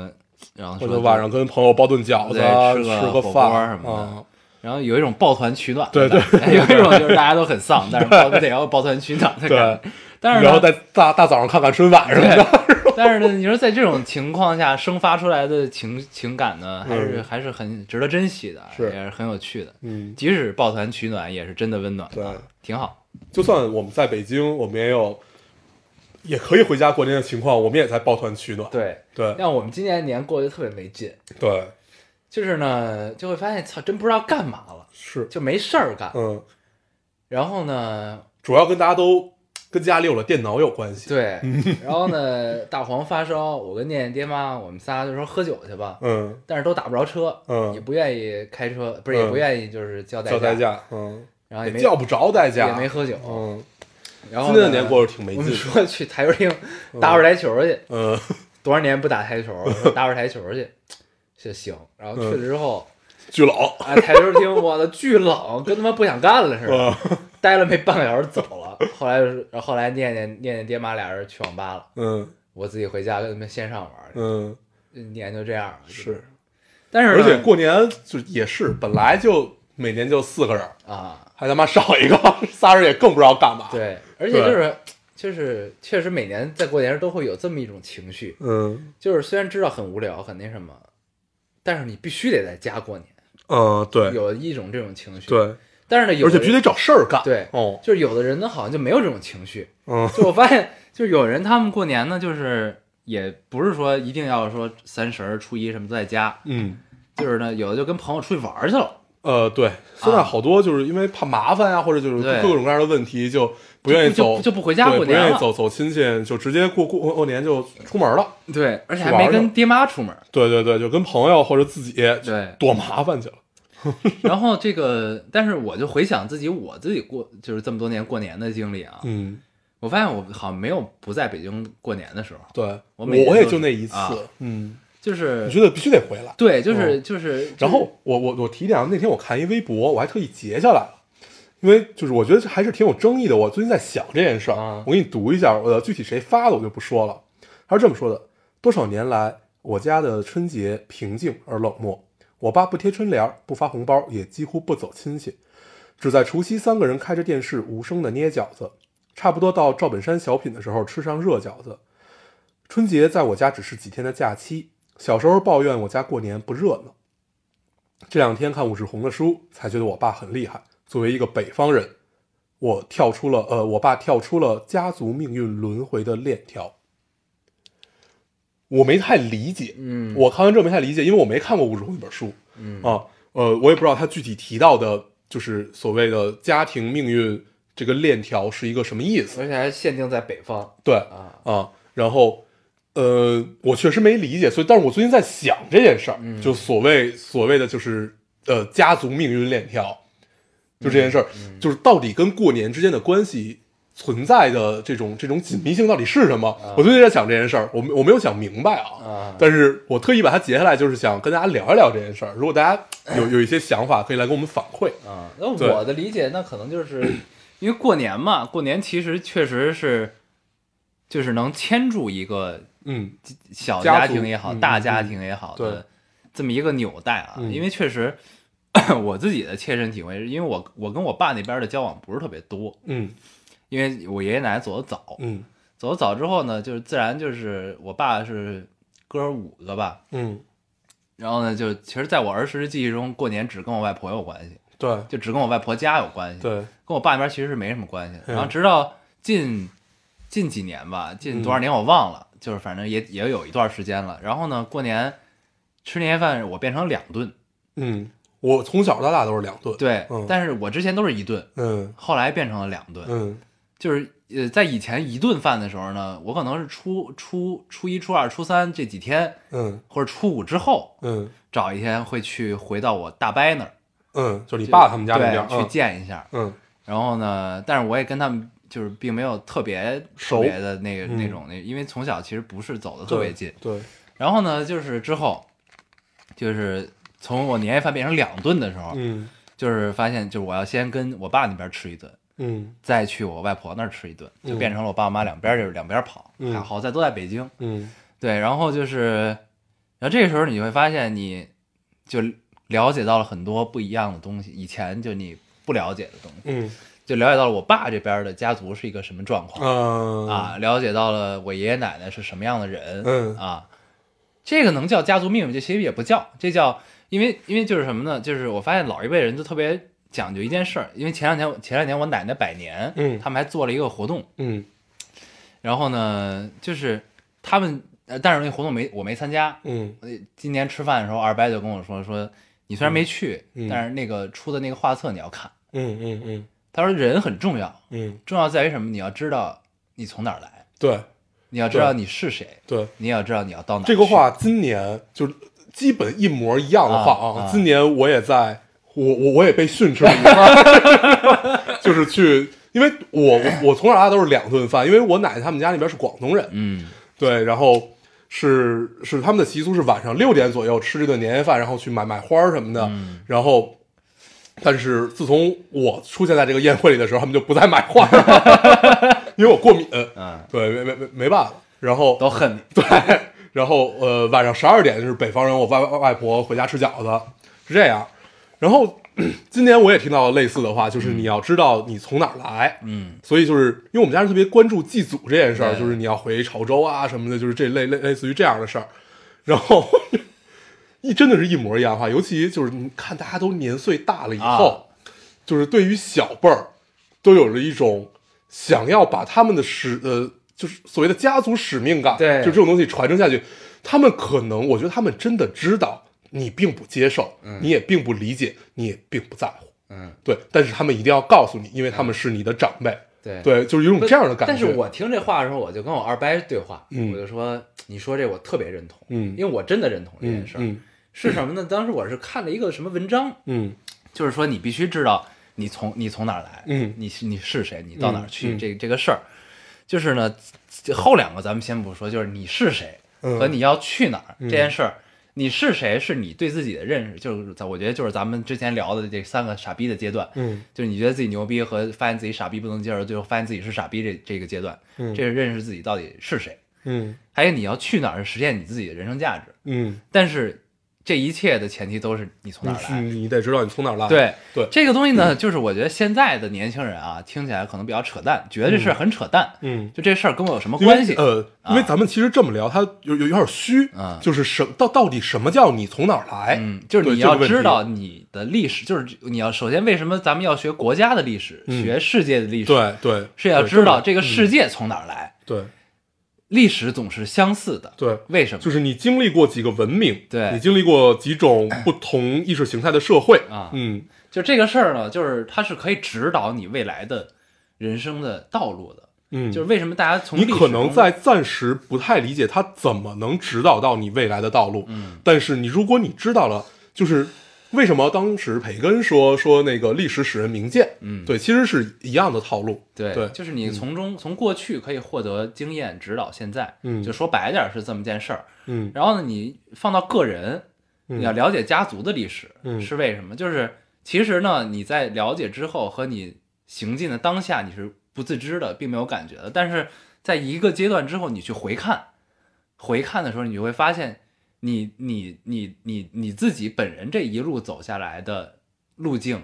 然后或说者晚上跟朋友包顿饺子，啊对吃吃个火个锅饭什么的啊然后有一种抱团取暖对的感觉， 对有一种就是大家都很丧，但是抱得要抱团取暖的感觉。但是呢然后再大大早上看看春晚什么的。对，但是呢，你说在这种情况下生发出来的情情感呢，还是、嗯还是很值得珍惜的，是也是很有趣的。嗯，即使抱团取暖，也是真的温暖对的，挺好。就算我们在北京，我们也有，也可以回家过年的情况，我们也在抱团取暖。对，对让我们今年年过得特别没劲，对，就是呢，就会发现操，真不知道干嘛了，是，就没事儿干。嗯，然后呢，主要跟大家都跟家里有了电脑有关系。， 对，然后呢，大黄发烧，我跟念念爹妈，我们仨就说喝酒去吧，嗯，但是都打不着车，嗯也不愿意开车，不是也嗯不愿意就是叫代叫代驾，嗯，然后也没也叫不着代驾，也没喝酒，嗯，然后今呢年的年过得挺没我们劲的。说去台球厅打会儿台球去，嗯， 多少年不打台球，说打会儿台球去，就行。然后去了之嗯后，巨老，啊，台球厅，我的巨冷，跟他妈不想干了似嗯的，待了没半个小时走了。后来就是，然后后来念念念念爹妈俩人去网吧了，嗯我自己回家跟他们线上玩，嗯，年就这样。是，但是而呢且过年就也是本来就每年就四个人，啊，还他妈少一个，仨人也更不知道干嘛。，对，而且就是就是确实每年在过年时都会有这么一种情绪，嗯就是虽然知道很无聊很那什么，但是你必须得在家过年，嗯，对有一种这种情绪。，对，但是呢，有而且的必须得找事儿干。对哦，就是有的人呢，好像就没有这种情绪。嗯就我发现， 就是有人他们过年呢，就是也不是说一定要说三十儿、初一什么都在家，嗯。就是呢，有的就跟朋友出去玩儿去了。呃，对，现在好多就是因为怕麻烦呀、或者就是啊对各种各样的问题，就不愿意就不走，就不回家对过不年愿意了走走亲戚，就直接过过过年就出门了。对，而且还去玩没儿去跟了爹妈出门儿。对对对，就跟朋友或者自己对，躲麻烦去了。然后这个， 但是我就回想自己我自己过就是这么多年过年的经历啊，嗯，我发现我好像没有不在北京过年的时候，对，我我每年也都就是那一次。啊嗯，就是我觉得必须得回来。对，就是就是，然后我我我提两个，那天我看一微博，我还特意截下来了，因为就是我觉得还是挺有争议的。我最近在想这件事儿，啊我给你读一下，呃，具体谁发的我就不说了。他是这么说的：多少年来，我家的春节平静而冷漠，我爸不贴春联儿，不发红包，也几乎不走亲戚，只在除夕三个人开着电视无声的捏饺子，差不多到赵本山小品的时候吃上热饺子。春节在我家只是几天的假期。小时候抱怨我家过年不热闹，这两天看武志红的书，才觉得我爸很厉害。作为一个北方人，我跳出了呃，我爸跳出了家族命运轮回的链条。我没太理解，嗯，我看完之后没太理解，因为我没看过武志红那本书，嗯啊，呃，我也不知道他具体提到的，就是所谓的家庭命运这个链条是一个什么意思。而且还限定在北方对啊，啊，然后呃，我确实没理解，所以但是我最近在想这件事儿，嗯就所谓所谓的就是呃家族命运链条，就这件事儿，嗯就是到底跟过年之间的关系。存在的这种这种紧密性到底是什么？我最近在想这件事儿，我没我没有想明白啊但是我特意把它截下来，就是想跟大家聊一聊这件事儿。如果大家有有一些想法，可以来跟我们反馈。啊。那对我的理解，那可能就是 因为过年嘛，过年其实确实是就是能牵住一个嗯，小家家族庭也好，嗯大嗯家嗯庭也好对的这么一个纽带啊，嗯因为确实 我自己的切身体会，因为我我跟我爸那边的交往不是特别多，嗯因为我爷爷奶奶走的早，嗯走的早之后呢，就是自然就是我爸是哥儿五个吧，嗯，然后呢，就其实在我儿时的记忆中，过年只跟我外婆有关系，对就只跟我外婆家有关系，，对，跟我爸那边其实是没什么关系的。嗯然后直到近近几年吧，近嗯多少年我忘了，就是反正也也有一段时间了。然后呢，过年吃年夜饭我变成两顿，嗯，我从小到大都是两顿。对，嗯但是我之前都是一顿，嗯后来变成了两顿，嗯就是呃，在以前一顿饭的时候呢，我可能是初初初一、初二、初三这几天，嗯或者初五之后嗯找一天会去回到我大伯那儿。嗯，就是你爸他们家那边对去见一下。嗯然后呢，但是我也跟他们就是并没有特别熟特别的那个嗯那种那，因为从小其实不是走的嗯特别近。对，然后呢，就是之后，就是从我年夜饭变成两顿的时候，嗯就是发现就是我要先跟我爸那边吃一顿。嗯再去我外婆那儿吃一顿，就嗯变成了我爸我妈两边就是两边跑，嗯还好在都在北京。嗯对，然后就是，然后这个时候你会发现，你就了解到了很多不一样的东西，以前就你不了解的东西。嗯就了解到了我爸这边的家族是一个什么状况、嗯啊，了解到了我爷爷奶奶是什么样的人，嗯啊，这个能叫家族命运，这其实也不叫，这叫因为因为就是什么呢？就是我发现老一辈人都特别讲究一件事儿，因为前两天前两年我奶奶百年，嗯他们还做了一个活动，嗯然后呢，就是他们，呃但是那活动没我没参加，嗯呃今年吃饭的时候，二伯就跟我说说，你虽然没去，嗯但是那个出的那个画册你要看。嗯嗯嗯他说人很重要，嗯，重要在于什么？你要知道你从哪儿来，对你要知道你是谁，对，你也要知道你要到哪儿去。这个话今年就是基本一模一样的话啊啊今年我也在，我我我也被训斥了一番，就是去，因为我我我从小到大都是两顿饭，因为我奶奶他们家那边是广东人，嗯，对，然后是是他们的习俗是晚上六点左右吃这顿年夜饭，然后去买买花儿什么的，然后。但是自从我出现在这个宴会里的时候，他们就不再买花儿了，因为我过敏。嗯，对，没没没没办法。然后都恨你。对， 然后呃，晚上十二点就是北方人，我外外外婆回家吃饺子，是这样。然后 今年我也听到了类似的话，就是你要知道你从哪儿来，嗯，所以就是因为我们家人特别关注祭祖这件事儿，对就是你要回潮州啊什么的，就是这类类类似于这样的事儿。然后 一真的是一模一样的话，尤其就是你看大家都年岁大了以后，就是对于小辈儿都有了一种想要把他们的使呃，就是所谓的家族使命感，对就这种东西传承下去。他们可能，我觉得他们真的知道你并不接受，你也并不理解，你也并不在乎。嗯，对，但是他们一定要告诉你，因为他们是你的长辈。对对，就是有种不这样的感觉。但是我听这话的时候，我就跟我二伯对话，嗯我就说你说这我特别认同，嗯因为我真的认同这件事儿、嗯是什么呢？当时我是看了一个什么文章，嗯就是说你必须知道你从你从哪儿来，嗯你是你是谁，你到哪儿去，嗯嗯这这个事儿，就是呢，这后两个咱们先不说，就是你是谁嗯和你要去哪儿、这件事儿。你是谁？是你对自己的认识，就是咱我觉得就是咱们之前聊的这三个傻逼的阶段，嗯，就是你觉得自己牛逼和发现自己傻逼不能接受，最后发现自己是傻逼这这个阶段，嗯这是认识自己到底是谁。嗯还有你要去哪儿，实现你自己的人生价值。嗯，但是这一切的前提都是你从哪你儿是来，你得知道你从哪儿来。对对这个东西呢，就是我觉得现在的年轻人啊，听起来可能比较扯淡，觉得这事儿很扯淡，嗯，就这事儿跟我有什么因为关系？呃，因为咱们其实这么聊，它有有有点虚啊就是什到到底什么叫你从哪儿来？嗯，就是对你要这个问题知道你的历史，就是你要首先为什么咱们要学国家的历史，嗯学世界的历史，对对，是要对知道这嗯这个世界从哪儿来，对历史总是相似的，对，为什么？就是你经历过几个文明，对你经历过几种不同意识形态的社会啊嗯就这个事儿呢，就是它是可以指导你未来的人生的道路的，嗯，就是为什么大家从你历史可能中在暂时不太理解它怎么能指导到你未来的道路，嗯，但是你如果你知道了，就是为什么当时培根说说那个历史使人明鉴，嗯对，其实是一样的套路，对，对就是你从中、从过去可以获得经验指导，现在，嗯就说白点儿是这么件事儿。嗯然后呢，你放到个人，嗯你要了解家族的历史，嗯是为什么？就是其实呢，你在了解之后和你行进的当下，你是不自知的，并没有感觉的。但是在一个阶段之后，你去回看，回看的时候，你就会发现你，你你你你你自己本人这一路走下来的路径，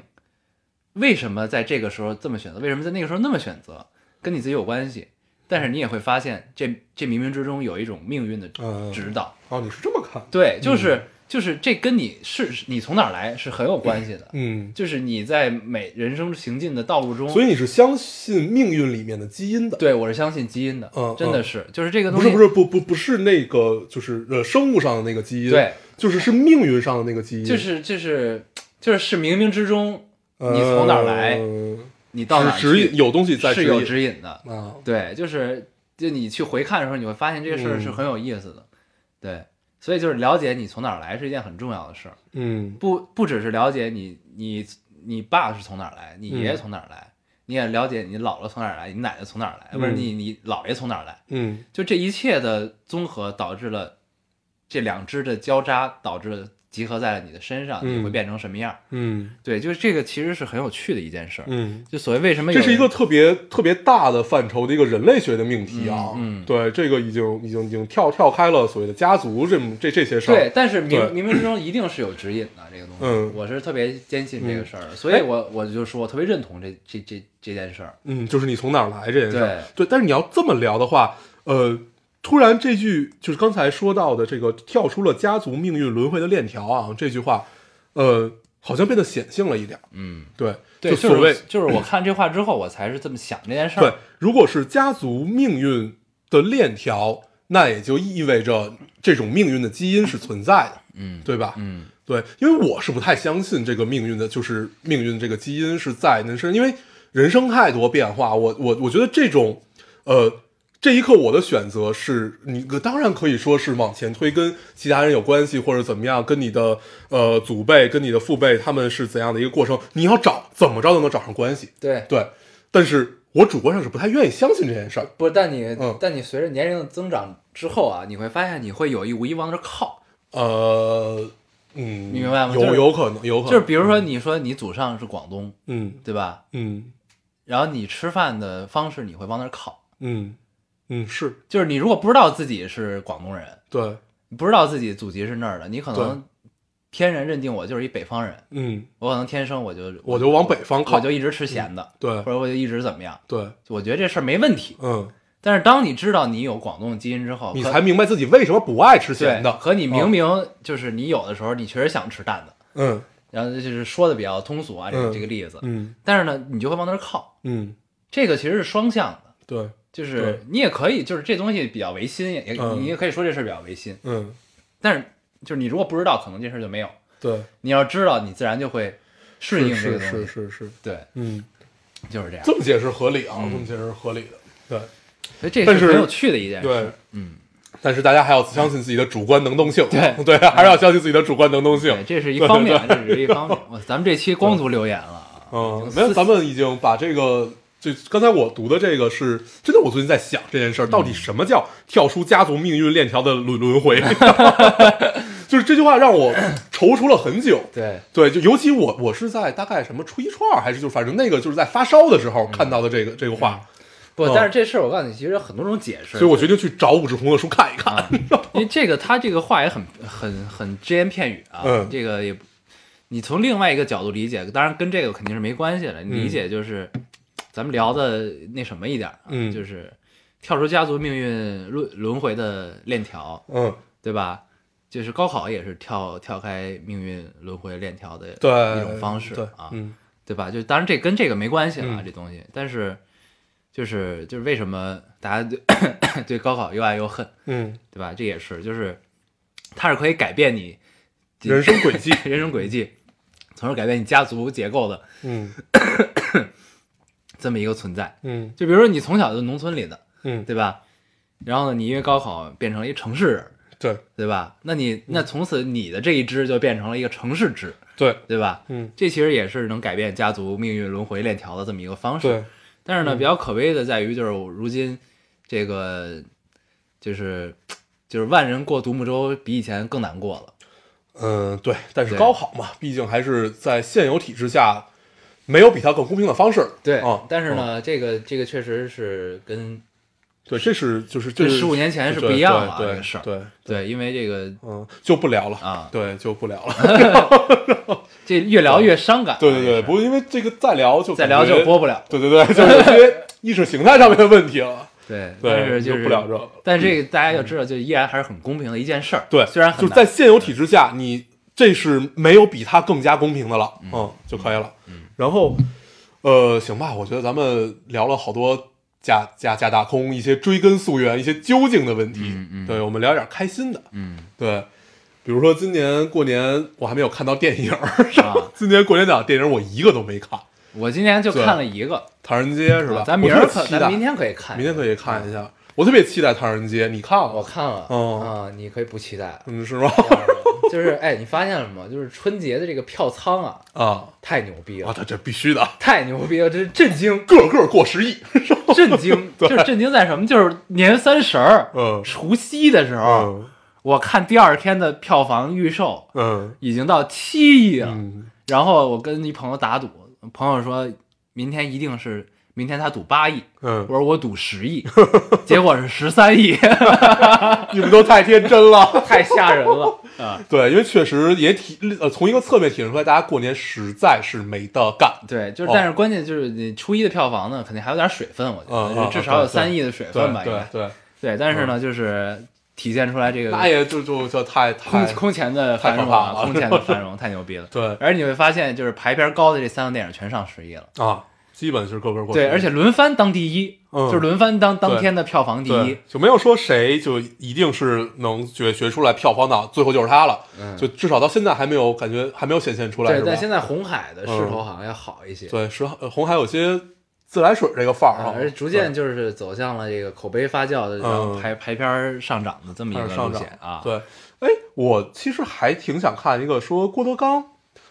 为什么在这个时候这么选择？为什么在那个时候那么选择？跟你自己有关系。但是你也会发现，这这冥冥之中有一种命运的嗯指导。哦，你是这么看，对，就是、就是这跟你是你从哪儿来是很有关系的。嗯，就是你在每人生行进的道路中，所以你是相信命运里面的基因的，对我是相信基因的，嗯真的嗯是，就是这个东不西是不是不不不是那个就是呃生物上的那个基因，对，就是是命运上的那个基因，就是就是就是是冥冥之中你从哪儿来，呃你到哪儿指指去引有东西在是指有引指引的。啊，对，就是就你去回看的时候，你会发现这个事儿嗯是很有意思的。对，所以就是了解你从哪儿来是一件很重要的事儿。嗯不不只是了解你你你爸是从哪儿来，你爷爷嗯从哪儿来，你也了解你姥姥从哪儿来，你奶奶从哪儿来，不是嗯你你姥爷从哪儿来，嗯就这一切的综合导致了这两支的交叉，导致了集合在了你的身上，你嗯会变成什么样？嗯对，就是这个其实是很有趣的一件事儿。嗯，就所谓为什么有这是一人个特别特别大的范畴的一个人类学的命题啊。嗯嗯对，这个已经已经已经跳跳开了所谓的家族这么这这些事儿。对，，但是冥对冥冥之中一定是有指引的这个东西，嗯哎我是特别坚信这个事儿的，所以我我就说我特别认同这这这这件事儿，嗯，就是你从哪儿来这件事儿。对，但是你要这么聊的话，呃，突然这句就是刚才说到的这个跳出了家族命运轮回的链条啊，这句话，呃，好像变得显性了一点儿。嗯，对，对，所就谓是就是我看这话之后，我才是这么想这件事对儿，，如果是家族命运的链条，那也就意味着这种命运的基因是存在的，嗯，对吧？嗯，对，因为我是不太相信这个命运的，就是命运这个基因是在那是因为人生太多变化，我我我觉得这种，呃，这一刻我的选择是你当然可以说是往前推，跟其他人有关系或者怎么样，跟你的呃祖辈跟你的父辈他们是怎样的一个过程，你要找怎么着都能找上关系，对，对，但是我主观上是不太愿意相信这件事儿，不是，但你嗯但你随着年龄的增长之后啊，你会发现你会有意无意往这儿靠，呃，嗯，明白吗就有是有可能，有可能，就是比如说你说你祖上是广东，嗯对吧？嗯然后你吃饭的方式你会往那儿靠，嗯嗯是就是你如果不知道自己是广东人，对，你不知道自己祖籍是那儿的，你可能天然认定我就是一北方人，嗯，我可能天生我就我就往北方靠，我就一直吃咸的，对或者我就一直怎么样，对，我觉得这事儿没问题。嗯，但是当你知道你有广东的基因之后，你和才明白自己为什么不爱吃对咸的，和你明嗯明就是你有的时候你确实想吃淡的，嗯然后这就是说的比较通俗啊，这个嗯这个例子，嗯但是呢，你就会往那儿靠，嗯，这个其实是双向的。对，就是你也可以，就是这东西比较违心，也、嗯你也可以说这事儿比较违心。嗯但是就是你如果不知道，可能这事儿就没有。对，你要知道，你自然就会适应这个是东西。是是是，对，嗯，就是这样。这么解释合理啊，这么解释合理的，对。所以这但是是很有趣的一件事。对，嗯，但是大家还要相信自己的主观能动性，对 对，啊还是要相信自己的主观能动性对，。这是一方面，这只是一方面。哇，咱们这期光族留言了啊，嗯，没有，咱们已经把这个，就刚才我读的这个是真的，我最近在想这件事儿，到嗯底什么叫跳出家族命运链条的轮轮回？ 就是这句话让我踌躇了很久。对，对，就尤其我我是在大概什么初一初二，还是就反正那个就是在发烧的时嗯候看到的这个、这个话，不，嗯但是这事儿我告诉你，其实有很多种解释。所以我决定去找武志红的书看一看。嗯啊，因为这个他这个话也很很很只言片语啊，嗯这个也不，你从另外一个角度理解，当然跟这个肯定是没关系了。你理解就是，咱们聊的那什么一点儿啊，嗯就是跳出家族命运轮轮回的链条，嗯，对吧？就是高考也是跳跳开命运轮回链条的对，一种方式对啊，嗯对吧？就当然这跟这个没关系了啊，嗯这东西，但是就是就是为什么大家对 对高考又爱又恨？嗯，对吧？这也是，就是它是可以改变你人生轨迹， 人生轨迹，从而改变你家族结构的嗯这么一个存在。嗯就比如说你从小就农村里的，嗯，对吧？然后呢，你因为高考变成了一城市人，对对吧？那嗯你那从此你的这一支就变成了一个城市支，对，对吧？嗯这其实也是能改变家族命运轮回链条的这么一个方式。对，嗯但是呢，比较可悲的在于，就是我如今这个就是就是万人过独木舟比以前更难过了。嗯，对，但是对高考嘛，毕竟还是在现有体制下，没有比它更公平的方式。对，哦啊，但是呢，这个这个确实是跟对，这是就是这这是十五年前是对不一样了啊，对这对个事儿。对，对，因为这个嗯，就不聊了啊对，就不聊 了。这越聊越伤感啊。对对这对，事儿不，因为这个再聊就再感聊觉就播不了。对对对， 就是一些意识形态上面的问题了。对，对但是就就是不聊这了但这个大家要知道，就依然还是很公平的一件事儿。对，虽然很就是难在现有体制下，你这是没有比它更加公平的了，嗯，就可以了。然后，呃，行吧，我觉得咱们聊了好多假假假大空，一些追根溯源，一些究竟的问题。嗯嗯对，我们聊点开心的。嗯对，比如说今年过年我还没有看到电影儿， 啊，今年过年档电影我一个都没看，《我今天就对看了一个，唐人街》是吧？啊咱明儿我特可别期咱待，明天可以看，明天可以看一下。我特别期待《唐人街》，你看我了？看了，哦。啊，你可以不期待 嗯，是吗？就是哎，你发现了吗？就是春节的这个票仓啊，啊，太牛逼啊，了，这这必须的，，太牛逼了，这是震惊个个过十亿。 震惊，就是震惊在什么？就是年三十儿、嗯除夕的时候，嗯我看第二天的票房预售嗯已经到七亿了，嗯，然后我跟一朋友打赌，朋友说明天一定是明天他赌八亿，我嗯，说我赌十 亿，结果是十三亿你们都 太天真了。太吓人了。啊！ 对，因为确实也体呃，从一个侧面体现出来，大家过年实在是没得干。对，就是哦但是关键就是你初一的票房呢，肯定还有点水分，我觉嗯得嗯就至少有对对三亿的水分吧，对应对该对，对。但是呢，就是体现出来这个那也就就就太空太空前的繁荣太可啊，怕了空前的繁荣，太牛逼了。对而你会发现，就是排片高的这三个电影全上十亿了，啊，基本是个个过去对，而且轮番当第一，嗯就是轮番当当对天的票房第一对，，就没有说谁就一定是能学学出来票房党，最后就是他了。嗯就至少到现在还没有感觉，还没有显现出来。对，是吧嗯但现在红海的势头好像要好一些，对是呃红海有些自来水这个范儿啊啊，而且逐渐就是走向了这个口碑发酵的这种。嗯排排片儿上涨的这么一开个始上路涨线啊。对，哎，我其实还挺想看一个说郭德纲，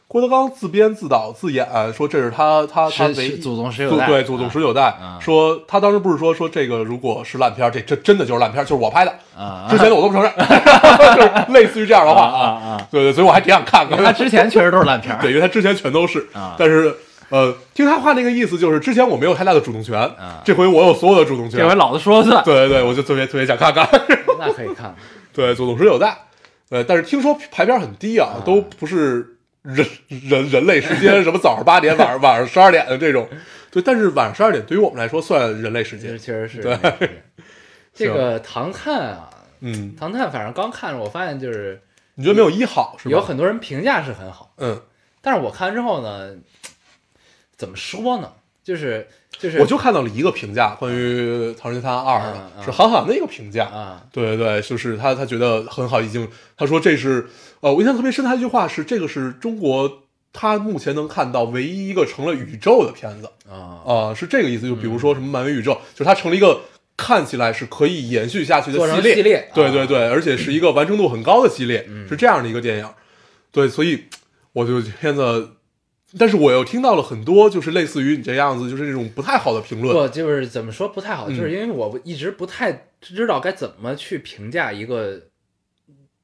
郭德纲自编自导自演，说这是他他他是唯是一祖宗十祖九代，对祖宗十九代，啊说他当时不是说说这个如果是烂片儿，这这真的就是烂片儿，就是我拍的，啊，之前的我都不承认， 就是类似于这样的话啊啊啊对对，所以我还挺想看因啊看为他之前确实都是烂片对，儿，因为他之前全都是，啊但是呃，听他话那个意思就是，之前我没有太大的主动权，啊这回我有所有的主动权。这回老子说了算。对对对，我就特别特别想看看。那可以看，对，总是有在，对，但是听说排片很低啊，都不是人人人类时间，什么早上八点，晚上晚上十二点的这种。对，但是晚上十二点对于我们来说算人类时其实间。确实是对那个 时间 这个唐探啊，嗯，唐探反正刚看着，我发现就是你觉得没有一好是吧？有很多人评价是很好，嗯，但是我看完之后呢，怎么说呢？就是就是我就看到了一个评价，关于《唐人街探案二》嗯的，嗯是韩寒的一个评价。啊，对对对，就是他，他觉得很好，已经他说这是呃，我印象特别深，他一句话是这个是中国他目前能看到唯一一个成了宇宙的片子啊、啊、是这个意思。就比如说什么漫威宇宙，就是它成了一个看起来是可以延续下去的做成系列，系列对啊对对，而且是一个完成度很高的系列，嗯是这样的一个电影。对，所以我就片子。但是我又听到了很多，就是类似于你这样子，就是这种不太好的评论。不就是怎么说不太好，嗯就是因为我一直不太知道该怎么去评价一个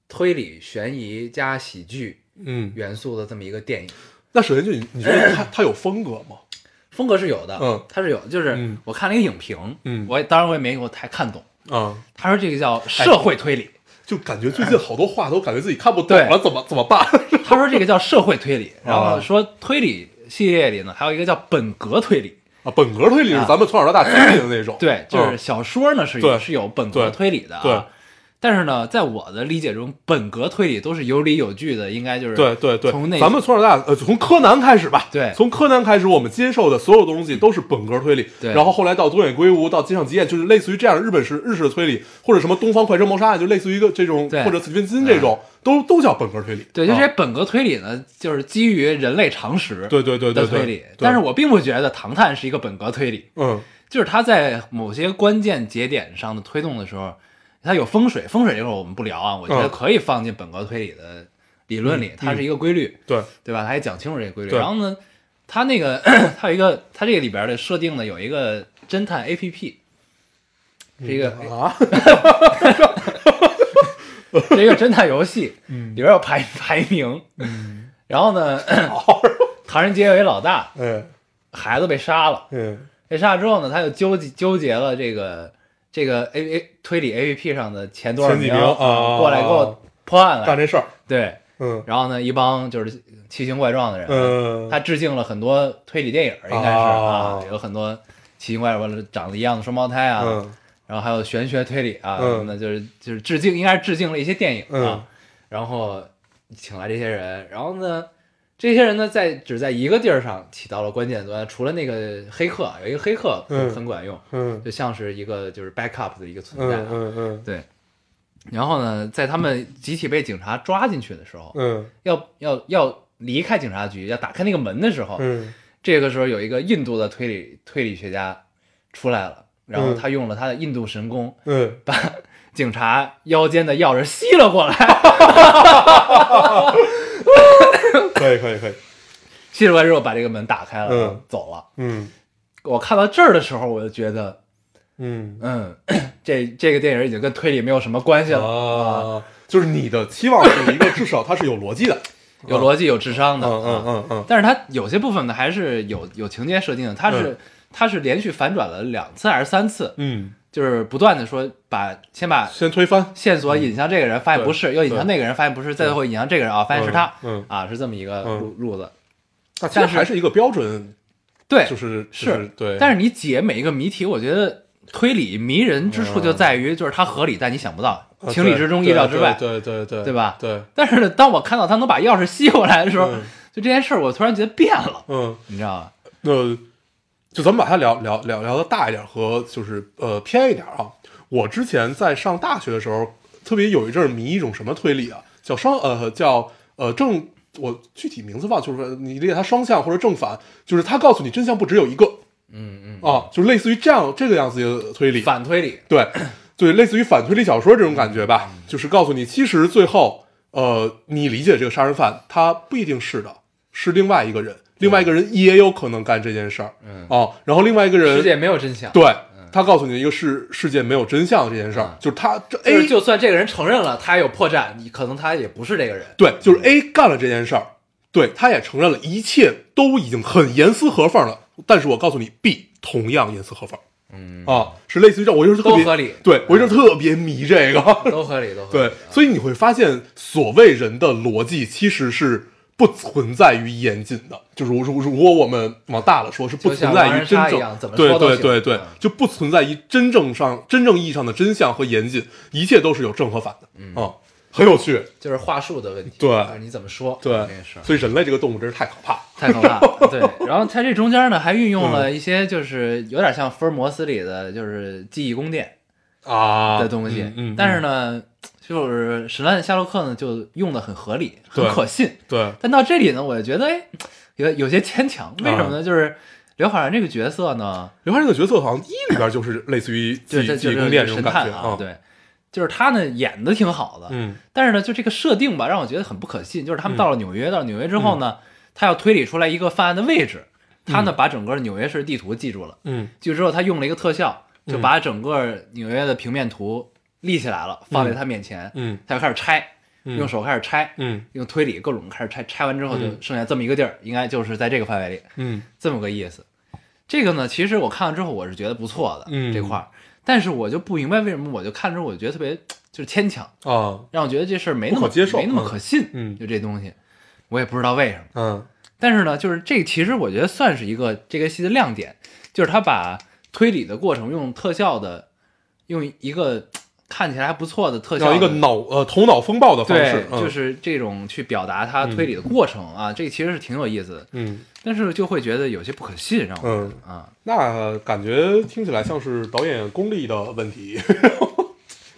推理、悬疑加喜剧嗯，元素的这么一个电影。那首先就你，你觉得他他有风格吗？风格是有的，嗯它是有，就是嗯我看了一个影评，嗯哎我也当然我也没有太看懂，啊、他说这个叫社会推 理，就感觉最近好多话都感觉自己看不懂了，对怎么怎么办？ 他说这个叫社会推理，然后啊说推理系列里呢还有一个叫本格推理，啊，本格推理是咱们从小到大经历的那种，对，就是嗯小说呢是对有是有本格对推理的啊。对但是呢，在我的理解中，本格推理都是有理有据的，应该就是对对对，从那咱们从小到大，呃，从柯南开始吧，对从柯南开始，我们接受的所有东西都是本格推理，对然后后来到东野圭吾，到街上吉彦，就是类似于这样的日本式日式的推理，或者什么东方快车谋杀案，就类似于一个这种，对或者斯蒂芬金这种，都都叫本格推理，对，就这些啊本格推理呢，就是基于人类常识对对对对的对推理对。但是我并不觉得《唐探》是一个本格推理，嗯，就是它在某些关键节点上的推动的时候，它有风水，风水这块我们不聊啊，我觉得嗯可以放进本格推理的理论里，它是一个规律。对，对吧？他也讲清楚这个规律。对然后呢，他那个 他有一个他这个里边的设定呢，有一个侦探 A P P，是一个、啊，是一个侦探游戏，嗯里边有排排名，然后呢， 唐人街有一老大哎，孩子被杀了，嗯，被杀了之后呢，他就纠结纠结了这个这个 A A 推理 A P P 上的前多少前几名啊过来给我破案干来，这事儿，对。嗯然后呢，一帮就是奇形怪状的人，嗯，他致敬了很多推理电影，应该是啊哦，有很多奇形怪状的长得一样的双胞胎啊，嗯然后还有玄学推理啊，嗯那就是就是致敬，应该是致敬了一些电影啊，嗯然后请来这些人，然后呢，这些人呢在只在一个地儿上起到了关键作用，除了那个黑客，啊有一个黑客很嗯很管用，嗯就像是一个就是 backup 的一个存在、啊嗯嗯对。然后呢，在他们集体被警察抓进去的时候，嗯要要要离开警察局，要打开那个门的时候，嗯这个时候有一个印度的推理推理学家出来了，然后嗯他用了他的印度神功，嗯，把警察腰间的钥匙吸了过来， 可以可以可以，吸了过来之后把这个门打开了，嗯然后走了。嗯我看到这儿的时候，我就觉得，嗯。 嗯，这这个电影已经跟推理没有什么关系了。啊，就是你的期望是一个至少它是有逻 辑的，有逻辑、有智商嗯的。嗯嗯嗯但是它有些部分呢，还是有有情节设定的。它是、嗯它是连续反转了两次还是三次，嗯，就是不断的说把先把先推翻，线索引向这个人，发现不是；又引向那个人，发现不是；再最后引向这个人啊，发现是他。嗯嗯啊，是这么一个嗯路路子。那其实但是还是一个标准，对，就是就是对，但是是你解每一个谜题，我觉得推理迷人之处就嗯在于，就是它合理，但你想不到，情理之中，意料之外。啊呃对对对，对吧对，但是呢，当我看到他能把钥匙吸过来的时候嗯，就这件事儿，我突然觉得变了，嗯，你知道吗？那就咱们把它聊聊聊聊的大一点和就是呃偏一点啊。我之前在上大学的时候，特别有一阵儿迷一种什么推理啊，叫双呃叫呃正，我具体名字忘，就是说你理解它双向或者正反，就是它告诉你真相不只有一个，嗯嗯啊，就是类似于这样这个样子的推理，反推理，对， 对，类似于反推理小说这种感觉嗯吧，就是告诉你，其实最后，呃，你理解这个杀人犯，他不一定是的，是另外一个人，另外一个嗯人也有可能干这件事儿，嗯，哦，然后另外一个世人，界嗯没有真相。对，他告诉你一个是世界没有真相这件事儿，就是他这嗯就是 A 就算这个人承认了他有破绽，你可能他也不是这个人。对，就是 A 干了这件事儿，对，他也承认了，一切都已经很严丝合缝了。但是我告诉你，B 同样严丝合缝，嗯啊，是类似于这样，我就是特别都合理嗯对我就是特别迷这个，都合理，都合理。对，所以你会发现，所谓人的逻辑其实是不存在于严谨的，就如如如果我们往大了说，是不就像存在狼于人真杀一正样怎么对说都对行对对嗯，就不存在于真正上真正意义上的真相和严谨，一切都是有正和反的，嗯，很有趣，就是话术的问题，对就是你怎么说，对这件事，儿。所以人类这个动物真是太可怕了，太可 怕了。对，然后它这中间呢，还运用了嗯一些就是有点像福尔摩斯里的就是记忆宫殿啊的东西，嗯，嗯但是呢，就是神探夏洛克呢就用的很合理，很对可信。对，但到这里呢，我觉得哎，有有些牵强。啊为什么呢？就是刘昊然这个角色呢，刘欢这个角色好像一里边就是类似于就记是忆记就忆是宫殿这神种感探觉啊，啊，对，就是他呢演的挺好的，嗯但是呢，就这个设定吧，让我觉得很不可信。就是他们到了纽约，到了纽约之后嗯呢，他要推理出来一个犯案的位置，他呢把整个纽约市地图记住了，嗯记住之后他用了一个特效，就把整个纽约的平面图立起来了，放在他面前，嗯他就开始拆，嗯用手开始拆，嗯用推理各种开始拆，拆完之后就嗯剩下这么一个地儿，应该就是在这个范围里，嗯这么个意思。这个呢，其实我看了之后我是觉得不错的、嗯这块儿，但是我就不明白为什么我就看之后我就觉得特别就是牵强，啊让我觉得这事儿没那不么可接受没那么嗯可信。嗯就这东西，我也不知道为什么。嗯但是呢，就是这其实我觉得算是一个这个戏的亮点，就是他把推理的过程用特效的，用一个看起来还不错的特效的，让一个脑呃头脑风暴的方对式，，嗯就是这种去表达他推理的过程啊，这其实是挺有意思的。嗯，但是就会觉得有些不可信，让我觉得啊，那感觉听起来像是导演功力的问题。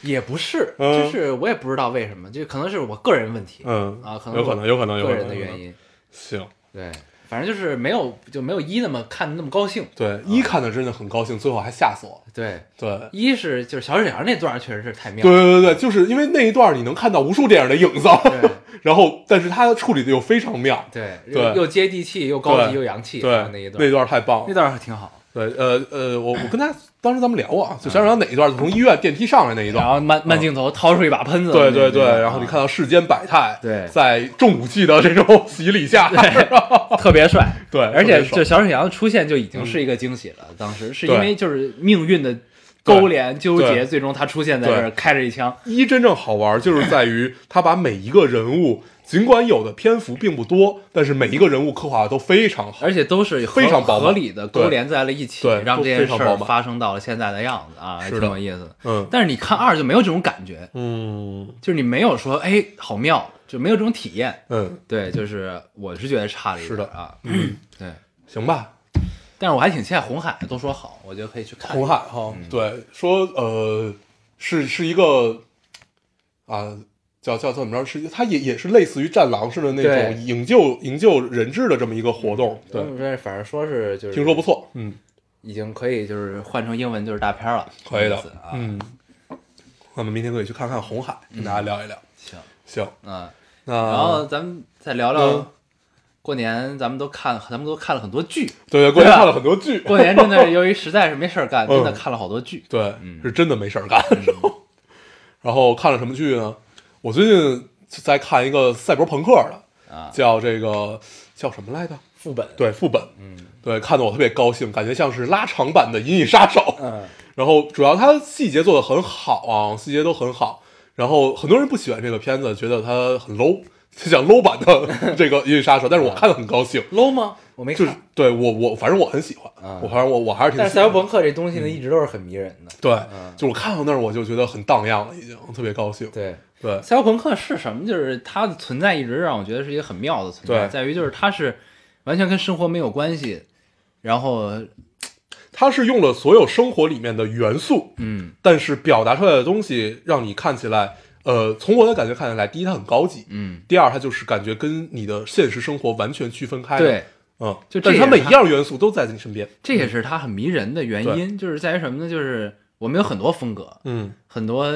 也不是，嗯就是我也不知道为什么，就可能是我个人问题，嗯啊可能 有可能，有可能，有个可人的能有可原能。因，行，对，反正就是没有就没有一那么看的那么高兴，对，一看的真的很高兴，最后还吓死我。对，对，啊一是就是小沈阳那段儿确实是太对妙了，对对对，就是因为那一段你能看到无数电影的影子， 然后但是他处理的又非常妙。对对又又接地气又高级对又洋气，对，那一段那段太棒啊那了。倒是挺好。对，呃呃，我我跟他当时咱们聊过啊，就想想哪一段，从医院电梯上来那一然段。后慢慢镜头掏出一把喷子，对那对对，那个啊然 后你看到世间百态，对 在重武器的这种洗礼下， 啊特别帅，对而特且别爽嗯就小沈阳的出现就已经是一个惊喜了。当时是因对为就是命运的勾连纠结，对最终他出现在这儿，开着一枪，一真正好玩儿就是在于他把每一个人物，尽管有的篇幅并不多，但是每一个人物刻画的都非常好。而且都是合非常饱满合理的勾连在了一起，对对让这件非事常儿饱满发生到了现在的样子啊，还是的挺有意思的。嗯但是你看二就没有这种感觉，嗯就是你没有说哎好妙，就没有这种体验。嗯，对，就是我是觉得差了一点是的啊，嗯，对。行吧。但是我还挺期待红海的，都说好，我觉得可以去看一下。红海哈，嗯对，说呃，是是一个啊，叫叫叫怎么着？是它也也是类似于战狼似的那对种营救营救人质的这么一个活动。对，嗯对，反正说是就是听说不错。嗯，已经可以就是换成英文就是大片了，可以的意思啊，嗯，我们明天可以去看看红海，跟大家聊一聊。行，行，嗯。那然后咱们再聊聊啊嗯过年，咱们都看，咱们都看了很多剧。对对，过对啊去吧看了很多剧。过年真的是由于实在是没事儿 干，嗯真的看了好多剧。 对，是真的没事儿干。然后看了什么剧呢？我最近在看一个赛博朋克的，啊叫这个叫什么来着？副本，对，副本，嗯，对，看得我特别高兴，感觉像是拉长版的《银翼杀手》。嗯， 然后主要它细节做的很好啊，细节都很好。然后很多人不喜欢这个片子，觉得它很 low，就像 low 版的这个《银翼杀手》，但是我看得很高兴。 low 吗？我没就是看。对我我反正我很喜欢，啊我反正我我还是挺喜但欢嗯的。是赛博朋克这东西呢，一直都是很迷人的。对，就我看到那儿我就觉得很荡漾了，已经特别高兴。对，对赛博朋克是什么？就是它的存在一直让我觉得是一个很妙的存在，对在于就是它是完全跟生活没有关系，然后它是用了所有生活里面的元素，嗯但是表达出来的东西让你看起来，呃，从我的感觉看起来，第一它很高级，嗯，第二它就是感觉跟你的现实生活完全区分开。对，，嗯，就这但也是是它每它一样元素都在你身边。这也是它很迷人的原因，就是在于什么呢？就是我们有很多风格，嗯很多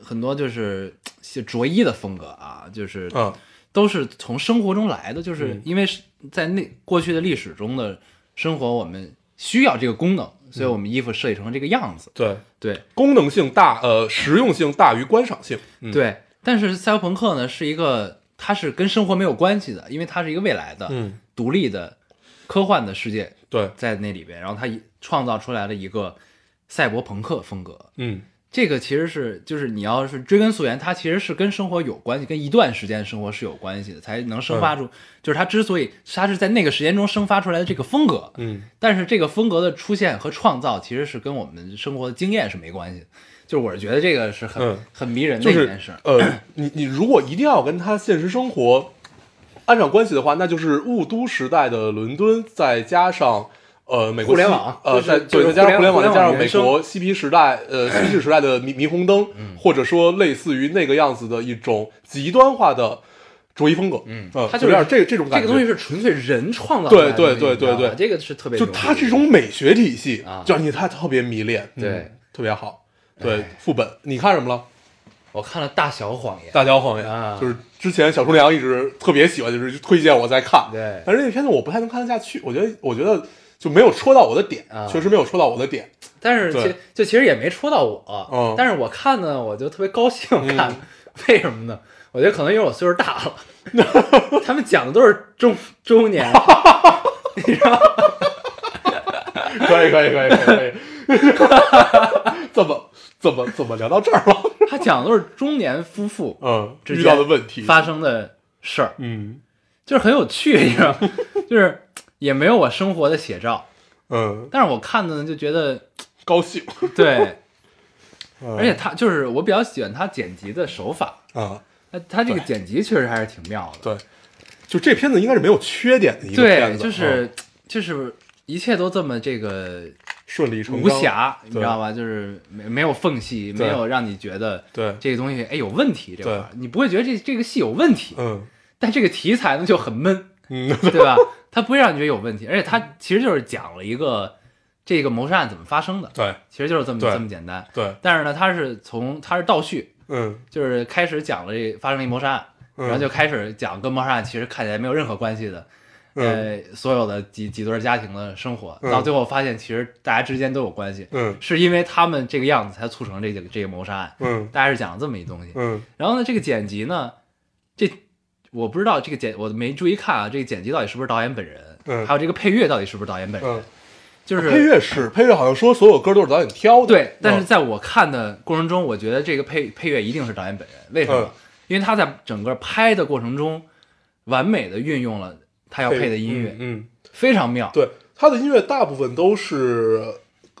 很多就是嘖着衣的风格啊，就是嗯，都是从生活中来的，就是嗯因为是在那过去的历史中的生活，我们需要这个功能，所以嗯我们衣服设计成了这个样子。对，对功能性大，呃，实用性大于观赏性。嗯，对，但是赛博朋克呢是一个，它是跟生活没有关系的，因为它是一个未来的、嗯，独立的科幻的世界对，在那里边，然后它一创造出来了一个赛博朋克风格。嗯，这个其实是，就是你要是追根溯源，它其实是跟生活有关系，跟一段时间生活是有关系的，才能生嗯发出。就是它之所以它是在那个时间中生发出来的这个风格，嗯，但是这个风格的出现和创造其实是跟我们生活的经验是没关系的。就是我是觉得这个是很、嗯很迷人的就一是件事。呃， 你你如果一定要跟他现实生活按上关系的话，那就是雾都时代的伦敦，再加上呃美国互联西网呃，就是在就是对，再加上互联网，网再加上原美国嬉皮时代，呃，嬉皮时代的霓霓虹灯，嗯或者说类似于那个样子的一种极端化的着衣风格，嗯，它就就是是这这种这感个觉，东西是纯粹人创造出来的东对西，对对你知道吧对对这个是特别就牛逼的。它这种美学体系啊就让你它特别迷恋，嗯对，哎特别好，对，副本你看什么了？我看了《大小谎言》，大小谎言啊就是之前小厨娘一直特别喜欢，就是推荐我在看。对但是那片子我不太能看得下去，我觉得我觉得就没有戳到我的点，啊确实没有戳到我 的点。但是对其就其实也没戳到我，嗯但是我看呢，我就特别高兴看，为什么呢？我觉得可能因为我岁数大了， 他们讲的都是中中年，可以可以可以可以， 怎么怎么怎么聊到这儿了？他讲的都是中年夫妇嗯，之 遇间到的问题，发生的事儿，嗯就是很有趣，你知道 吗，就是也没有我生活的写照，嗯，但是我看的呢就觉得高兴，嗯对，而而且他就是我比较喜欢他剪辑的手法，啊，他他这个剪辑确实还是挺妙的，对，就这片子应该是没有缺点的一个片对，子，就是嗯就是一切都这么这个顺理成章无瑕，你知对道吧？就是没没有缝隙，对没有让你觉得对这个东西哎有问题这块儿，你不会觉得这这个戏有问题，嗯但这个题材呢就很 闷，嗯对吧？它不会让你觉得有问题，而且它其实就是讲了一个这个谋杀案怎么发生的，对其实就是这么对这么简单。对但是呢，它是从它是倒叙，嗯就是开始讲了这发生了一谋杀案，嗯然后就开始讲跟谋杀案其实看起来没有任何关系的，嗯呃，所有的几几对儿家庭的生活，嗯到最后发现其实大家之间都有关系，嗯是因为他们这个样子才促成这个这个谋杀案。嗯大概是讲了这么一东西。嗯然后呢，这个剪辑呢，这我不知道这个剪我没注意看啊，这个剪辑到底是不是导演本人，嗯还有这个配乐到底是不是导演本人，嗯。就是配乐是配乐，好像说所有歌都是导演挑的。对。但是嗯在我看的过程中，我觉得这个配配乐一定是导演本人，为什么？嗯因为他在整个拍的过程中，完美的运用了他要配的音乐，嗯，非常妙。对，他的音乐大部分都是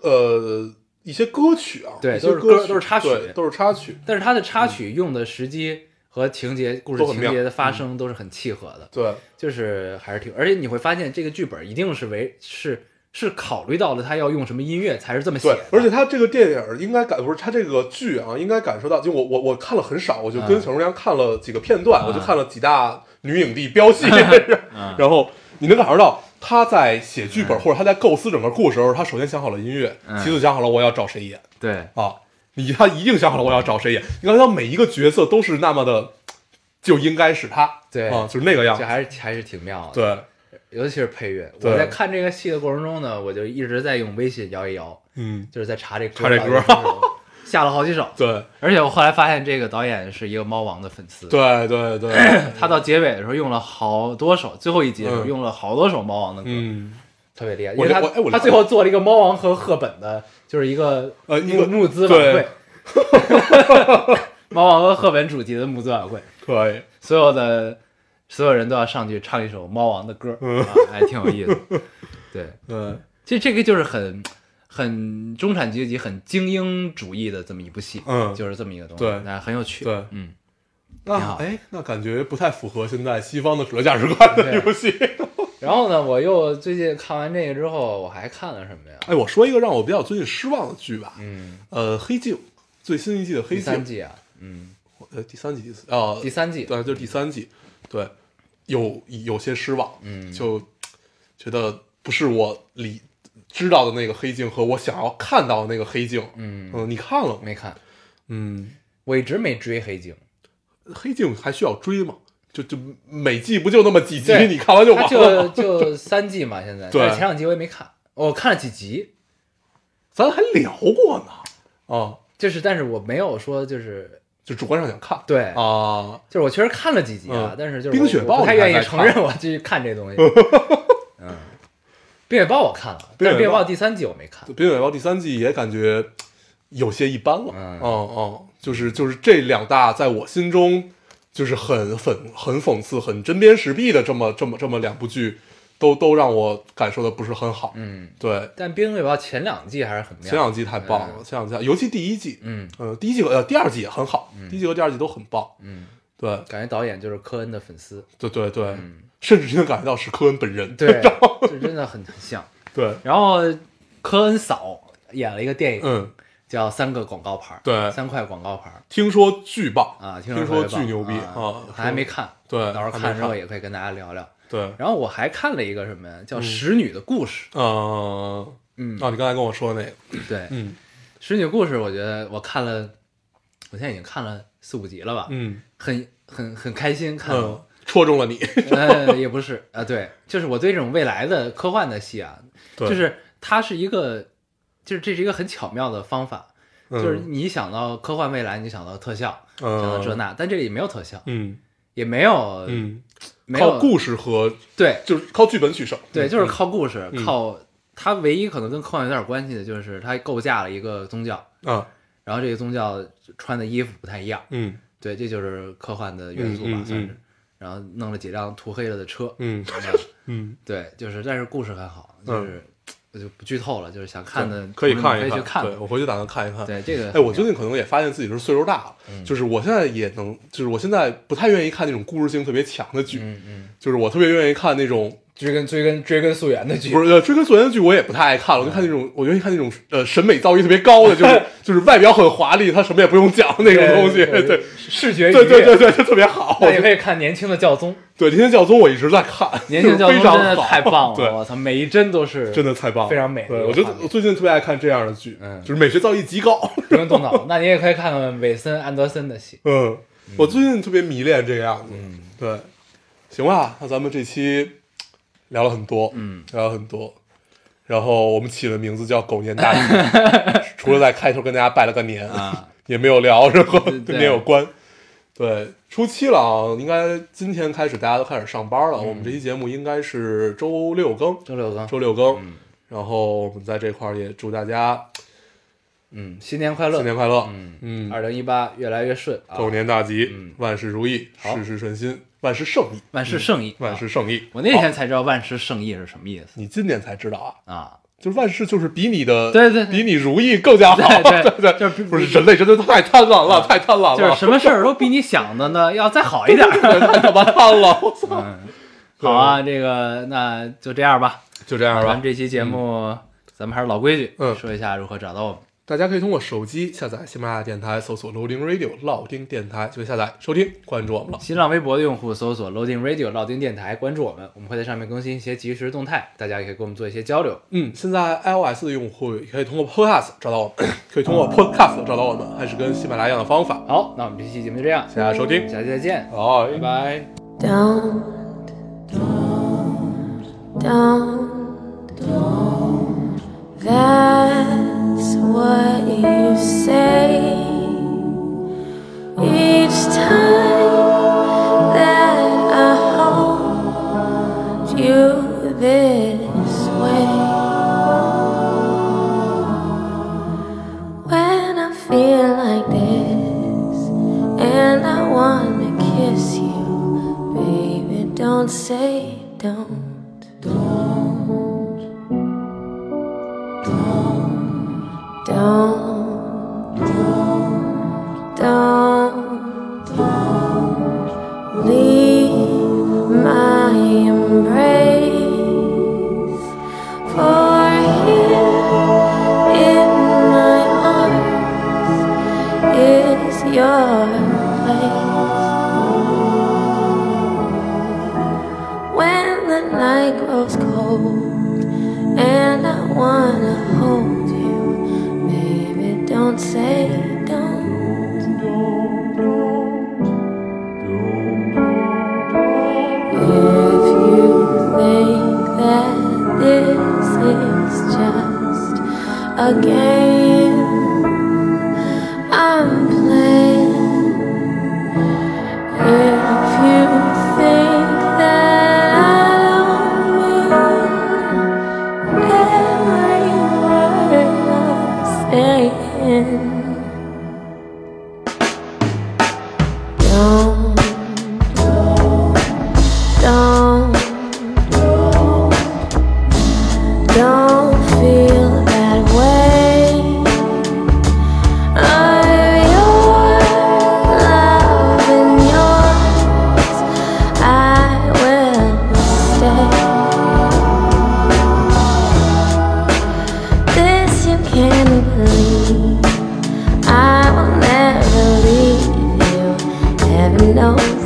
呃一些歌曲啊，对一些都是歌歌都是插曲对都是插曲，但是他的插曲用的时机和情节、故事都很情妙节的发生都是很契合嗯的，对就是还是挺，而且你会发现这个剧本一定是为是是考虑到了他要用什么音乐才是这么写对的，，而且他这个电影应该感不是他这个剧啊，应该感受到，就我我我看了很少，我就跟小姑娘看了几个片段，我就看了几大女影帝标记， 然后你能感受到。他在写剧本、或者他在构思整个故事的时候，他首先想好了音乐，嗯其次想好了我要找谁演，对啊，你他一定想好了我要找谁演，你看他每一个角色都是那么的，就应该是他，对啊，就是那个样这子，还是还是挺妙的。对，尤其是配乐，对我在看这个戏的过程中呢，我就一直在用微信摇一摇，嗯，就是在查这查这歌 到底是下了好几手。对而且我后来发现，这个导演是一个猫王的粉丝，对对对，他到结尾的时候用了好多首，最后一集的时候嗯用了好多首猫王的歌，嗯，特别厉害，因我为他我哎我他最后做了一个猫王和赫本的，就是一个呃一个募募资晚会对， 猫王和赫本主题的募资晚会，可以，所有的所有人都要上去唱一首猫王的歌，啊，还挺有意思。对，嗯，其实这个就是很很中产阶级、很精英主义的这么一部戏，嗯就是这么一个东西，对那很有趣。对嗯，挺那好哎，那感觉不太符合现在西方的主流价值观的对游戏。 然后呢，我又最近看完这个之后，我还看了什么呀？哎，我说一个让我比较最近失望的剧吧，嗯，呃，《黑镜》最新一季的《黑第镜三》，季啊，嗯，呃，第三季第四啊，第三季，对，就是第三季，对，有有些失望，嗯就觉得不是我理知道的那个黑镜和我想要看到的那个黑镜，嗯嗯，你看了吗？没看，嗯，我一直没追黑镜，黑镜还需要追吗？就就每季不就那么几集，对你看完就它完就 了。就三季嘛，现在，对但是前两集我也没看，哦我看了几集， 咱还聊过呢，啊，就是但是我没有说就是就主观上想看，对啊，就是我确实看了几集啊，嗯但是就是冰雪我暴我不太你还愿意在承看认我去看这东 西。嗯，冰雪暴我看了，但是冰冰雪雪暴暴第三集我没看《冰雪暴》第三季也感觉有些一般了。嗯嗯嗯，就是就是这两大在我心中就是很很很讽刺、很针砭时弊的这么这么这么两部剧，都都让我感受的不是很好。嗯，对，但冰雪暴前两季还是很前妙。两季太棒了，前两季尤其第一季，嗯呃，第一季和呃第二季也很好，第一季和第二季都很棒。嗯，对感觉导演就是科恩的粉丝，对对对，甚至能感觉到是科恩本人。嗯 对，就真的很很像。对，然后科恩嫂演了一个电影，嗯，叫《三个广告牌》，对三块广告牌儿听说巨棒啊，听说特说别巨棒牛逼啊啊，，还没看，对到时候还没看之后看也可以跟大家聊聊。对。然后我还看了一个什么呀，叫《使女的故事》，嗯，嗯哦，你刚才跟我说的那个，对，嗯《使女故事》，我觉得我看了，我现在已经看了四五集了吧，嗯很很很开心看嗯了，，戳中了你，呃，也不是啊，对，就是我对这种未来的科幻的戏啊，对就是它是一个，就是这是一个很巧妙的方法，嗯就是你一想到科幻未来，你就想到特效，嗯想到这那，但这里没有特效，嗯也没有嗯，没有靠故事和对就是靠剧本取胜，对，嗯就是靠故事，嗯靠它唯一可能跟科幻有点关系的就是它构架了一个宗教，啊，然后这个宗教穿的衣服不太一样。嗯对，这就是科幻的元素吧，嗯嗯算是嗯。然后弄了几辆涂黑了的车，嗯嗯嗯，对，就是，但是故事很好，就是、我就不剧透了，就是想看的对可以同志们看一可以去对看。我回去打算看一看。对，嗯这个哎，我最近可能也发现自己是岁数大了，就是我现在也能，就是我现在不太愿意看那种故事性特别强的剧，嗯嗯，就是我特别愿意看那种追根追根追根溯源的剧不是，呃，追根溯源的剧我也不太爱看嗯了，我就看那种，我愿意看那种呃审美造诣特别高的，就是 就是外表很华丽，他什么也不用讲那种东西，对，视觉愉对对悦对对，就特别好。那也可以看年轻的教宗， 对，年轻教宗我一直在看， 年轻教宗非真常的好太棒了， 对，我操，每一帧都是真的太棒了，非常美的一对，个我觉得画面我最近特别爱看这样的剧，嗯就是美学造诣极高。不用动脑。那你也可以看看韦森安德森的戏，嗯，我最近特别迷恋这个样子。对，行吧，那咱们这期聊了很多，嗯，聊了很多。然后我们起了名字叫“狗年大吉”，除了在开头跟大家拜了个年，啊、也没有聊任何对跟年有关。对，初七了啊，应该今天开始大家都开始上班了。我们这期节目应该是周六更，嗯周六嗯刚，周六更。然后我们在这块儿也祝大家嗯，新年快乐，新年快乐，嗯嗯，二零一八越来越顺啊，狗年大吉，嗯万事如意，好事事顺心，万事胜意，万事胜意，嗯万事啊。胜意。我那天好才知道万事胜意是什么意思你今年才知道啊，啊。就是万事就是比你的对对对比你如意更加好，对对对就是比啊不是人类真的太贪婪了，太贪婪了，就是什么事儿都比你想的呢要再好一点儿。 太他妈贪了，我操！嗯，好啊，这个那就这样吧。就这样咱吧们。这期节目，咱们还是老规矩，嗯说一下如何找到我们。大家可以通过手机下载喜马拉雅电台，搜索 Loading Radio 老丁电台就可以下载收听，关注我们了。新浪微博的用户搜索 Loading Radio 老丁电台，关注我们，我们会在上面更新一些即时动态，大家也可以跟我们做一些交流。嗯，现在 iOS 的用户也可以通过 Podcast 找到我们， 可以通过 Podcast 找到我们，还是跟喜马拉雅一样的方法。好，那我们这期节目就这样，谢谢大家收听，下期再见，好，拜拜。 Don't, don't, don't. That's what you say. go this way. When I feel like this and I wanna kiss you, baby, don't say don't. Don't. Don't. Don't. Don't. Don't. Leave my embrace. For here in my arms is your place. When the night grows cold and I wanna hold you, baby, don't say don't. If you think that this is just a game I'm playing, if you think that I don't mean every word I'm saying. Don't don't, don't feel that way. I'm your love and yours. I will stay. This you can believe. I will never leave you. Heaven knows